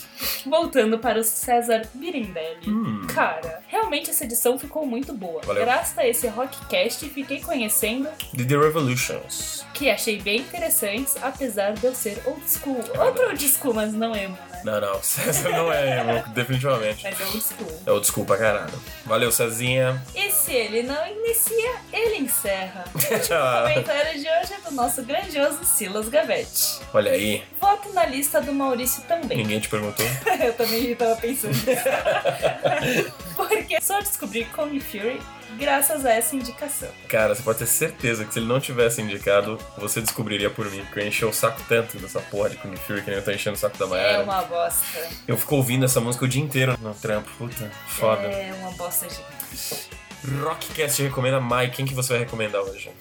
Speaker 17: Voltando para o César Birindelli.
Speaker 1: Hum.
Speaker 17: Cara, realmente essa edição ficou muito boa.
Speaker 1: Valeu.
Speaker 17: Graças a esse rockcast, fiquei conhecendo
Speaker 1: The, The Revolutions.
Speaker 17: que achei bem interessantes, apesar de eu ser old school. Outro old school, mas não emo, né?
Speaker 1: Não, não, César não é emo, definitivamente.
Speaker 17: Mas é old school.
Speaker 1: É o desculpa, caralho. Valeu, Cezinha.
Speaker 17: E se ele não inicia, ele encerra. O comentário de hoje é do nosso grandioso Silas Gavetti.
Speaker 1: Olha aí,
Speaker 17: Voto na lista do Maurício também.
Speaker 1: ninguém te perguntou.
Speaker 17: Eu também tava pensando nisso. Porque só descobri Kong Fury graças a essa indicação.
Speaker 1: Cara, você pode ter certeza que se ele não tivesse indicado, você descobriria por mim, porque eu enchi o saco tanto dessa porra de Kung Fury que nem eu tô enchendo o saco da
Speaker 17: É
Speaker 1: Mayara.
Speaker 17: uma bosta.
Speaker 1: Eu fico ouvindo essa música o dia inteiro no trampo. Puta, foda.
Speaker 17: É uma bosta gigante.
Speaker 1: Rockcast recomenda Mai. Quem que você vai recomendar hoje?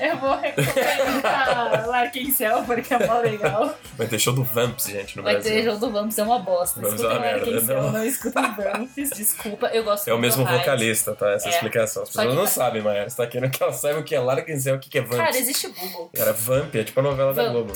Speaker 17: Eu vou recomendar Larkin Cell, porque é mó legal.
Speaker 1: Vai ter show do Vamps, gente, no
Speaker 17: Vai
Speaker 1: Brasil.
Speaker 17: ter jogo do Vamps, é uma bosta.
Speaker 1: Vamps
Speaker 17: Escutem
Speaker 1: é uma merda,
Speaker 17: Larkin Cell,
Speaker 1: não.
Speaker 17: não escutem Vamps, desculpa. Eu gosto
Speaker 1: É o
Speaker 17: muito
Speaker 1: mesmo
Speaker 17: do Hyde.
Speaker 1: vocalista, tá? Essa
Speaker 17: É.
Speaker 1: explicação. As
Speaker 17: Só
Speaker 1: pessoas
Speaker 17: que-
Speaker 1: não sabem, Mayara. Você tá querendo que elas saibam o que é Larkin Zell, o que que é Vamps.
Speaker 17: Cara, existe o Google.
Speaker 1: Cara, Vamp é tipo a novela da Globo.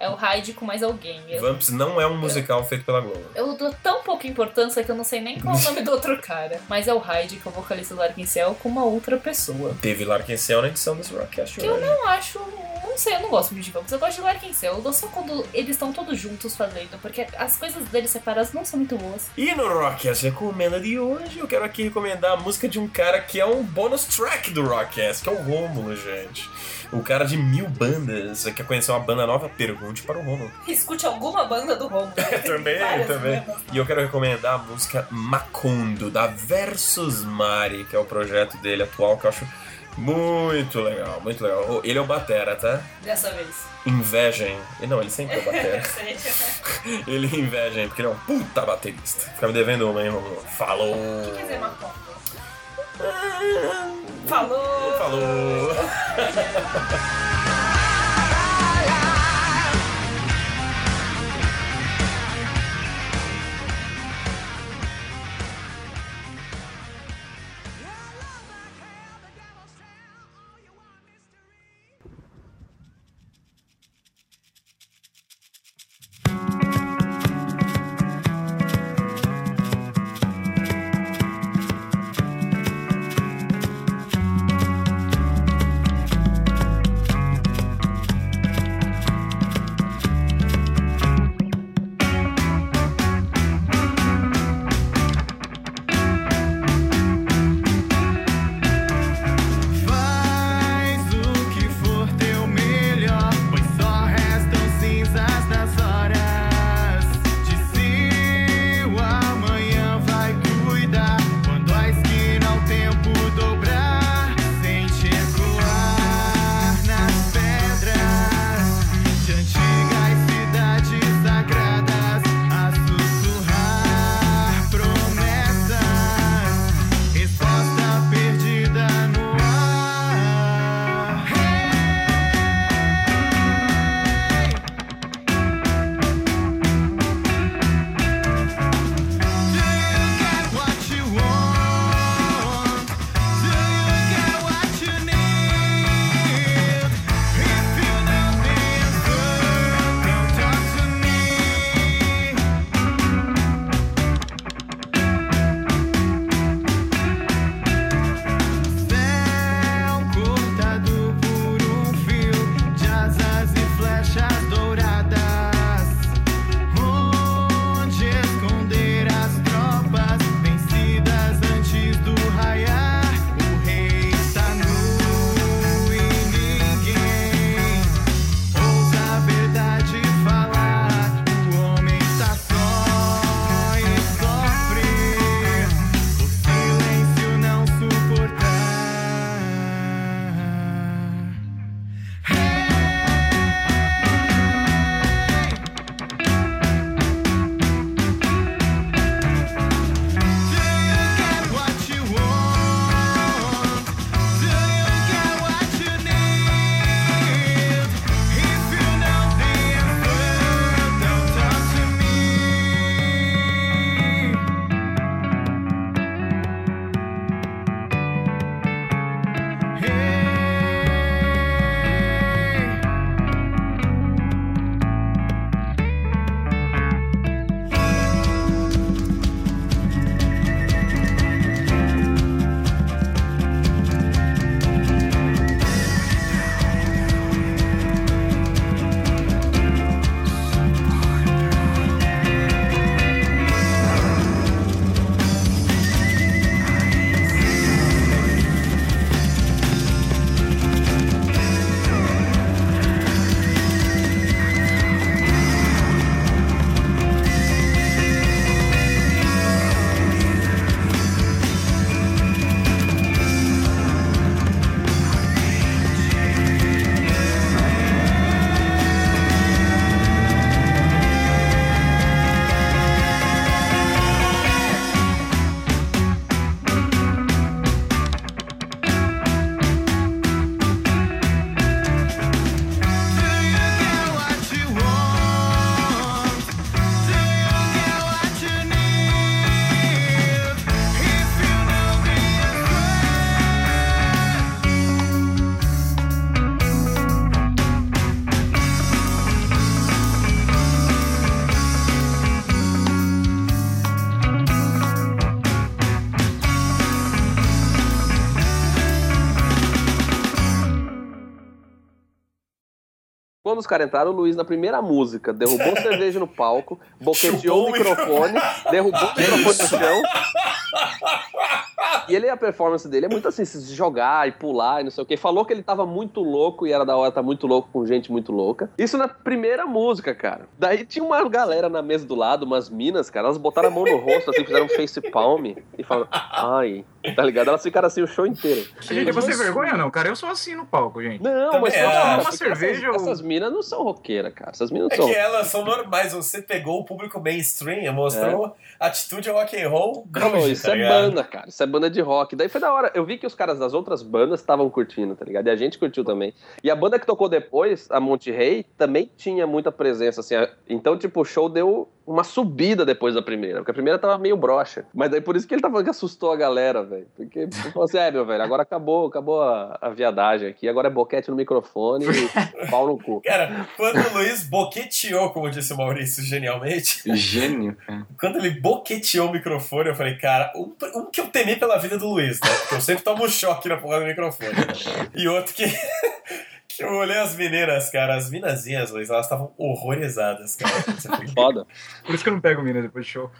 Speaker 17: É o Hyde com mais alguém. Eu,
Speaker 1: Vamps não é um musical feito pela Globo.
Speaker 17: eu dou tão pouca importância que eu não sei nem qual é o nome do outro cara. Mas é o Hyde, que é o vocalista do Larkin Cell, com uma outra pessoa.
Speaker 1: Teve Larkin Cell na edição desse Rockcast
Speaker 17: Que eu
Speaker 1: hoje.
Speaker 17: não acho. Não sei, eu não gosto muito de Vamps. Eu gosto de Larkin Cell. Eu dou só quando eles estão todos juntos fazendo. Porque as coisas deles separadas não são muito boas.
Speaker 1: E no Rockcast Recomenda de hoje, eu quero aqui recomendar a música de um cara que é um bonus track do Rockcast, que é o Rômulo, gente. O cara de mil bandas. Você quer conhecer uma banda nova? Pergunte para o Rômulo.
Speaker 17: Escute alguma banda do Romulo.
Speaker 1: também,
Speaker 17: Várias
Speaker 1: também. E eu quero recomendar a música Macondo, da Versus Mari, que é o projeto dele atual, que eu acho muito legal, muito legal. Oh, Ele é o Batera, tá?
Speaker 17: Dessa vez.
Speaker 1: Invejem. E Não, ele sempre é o Batera.
Speaker 17: Sério.
Speaker 1: ele é invejem, porque ele é um puta baterista. Fica me devendo uma, hein, Romulo? Falou!
Speaker 17: O que quer dizer maconha? Falou!
Speaker 1: Falou!
Speaker 3: quando os caras entraram, o Luiz, na primeira música, derrubou cerveja no palco, boqueteou o microfone, derrubou o microfone no chão. E ele, a performance dele é muito assim, se jogar e pular e não sei o que. Falou que ele tava muito louco e era da hora tá muito louco com gente muito louca. Isso na primeira música, cara. Daí tinha uma galera na mesa do lado, umas minas, cara, elas botaram a mão no rosto, assim, fizeram um face palm e falaram, ai, tá ligado? Elas ficaram assim o show inteiro.
Speaker 4: Gente, você é vergonha não, cara? Eu sou assim no palco, gente.
Speaker 3: Não, mas
Speaker 4: é,
Speaker 3: não,
Speaker 4: uma
Speaker 3: porque
Speaker 4: cerveja
Speaker 3: Essas,
Speaker 4: ou-
Speaker 3: essas minas não são roqueiras, cara. Essas minas
Speaker 1: É
Speaker 3: são.
Speaker 1: que elas são normais, você pegou o público mainstream, mostrou atitude é rock and roll.
Speaker 3: Não,
Speaker 1: grunge,
Speaker 3: É. isso
Speaker 1: tá
Speaker 3: é
Speaker 1: ligado?
Speaker 3: banda, cara. Isso é banda de rock. Daí foi da hora. Eu vi que os caras das outras bandas estavam curtindo, tá ligado? E a gente curtiu também. E a banda que tocou depois, a Monte Rei, também tinha muita presença, assim. a- Então, tipo, o show deu uma subida depois da primeira. Porque a primeira tava meio broxa. Mas daí por isso que ele tava falando que assustou a galera, velho. Porque ele falou assim: é, meu velho, agora acabou, acabou a, a viadagem aqui. Agora é boquete no microfone e pau no
Speaker 2: Tipo,
Speaker 3: cu.
Speaker 1: Cara, quando o Luiz boqueteou, como disse o Maurício genialmente.
Speaker 2: Gênio, cara.
Speaker 1: Quando ele boqueteou o microfone, eu falei, cara, um, um que eu temi pela vida do Luiz, né? Porque eu sempre tomo choque na porra do microfone. E outro que. que eu olhei as mineiras, cara, as minazinhas, Luiz, elas estavam horrorizadas, cara. Você foi-
Speaker 3: Foda.
Speaker 4: Por isso que eu não pego mina depois do show.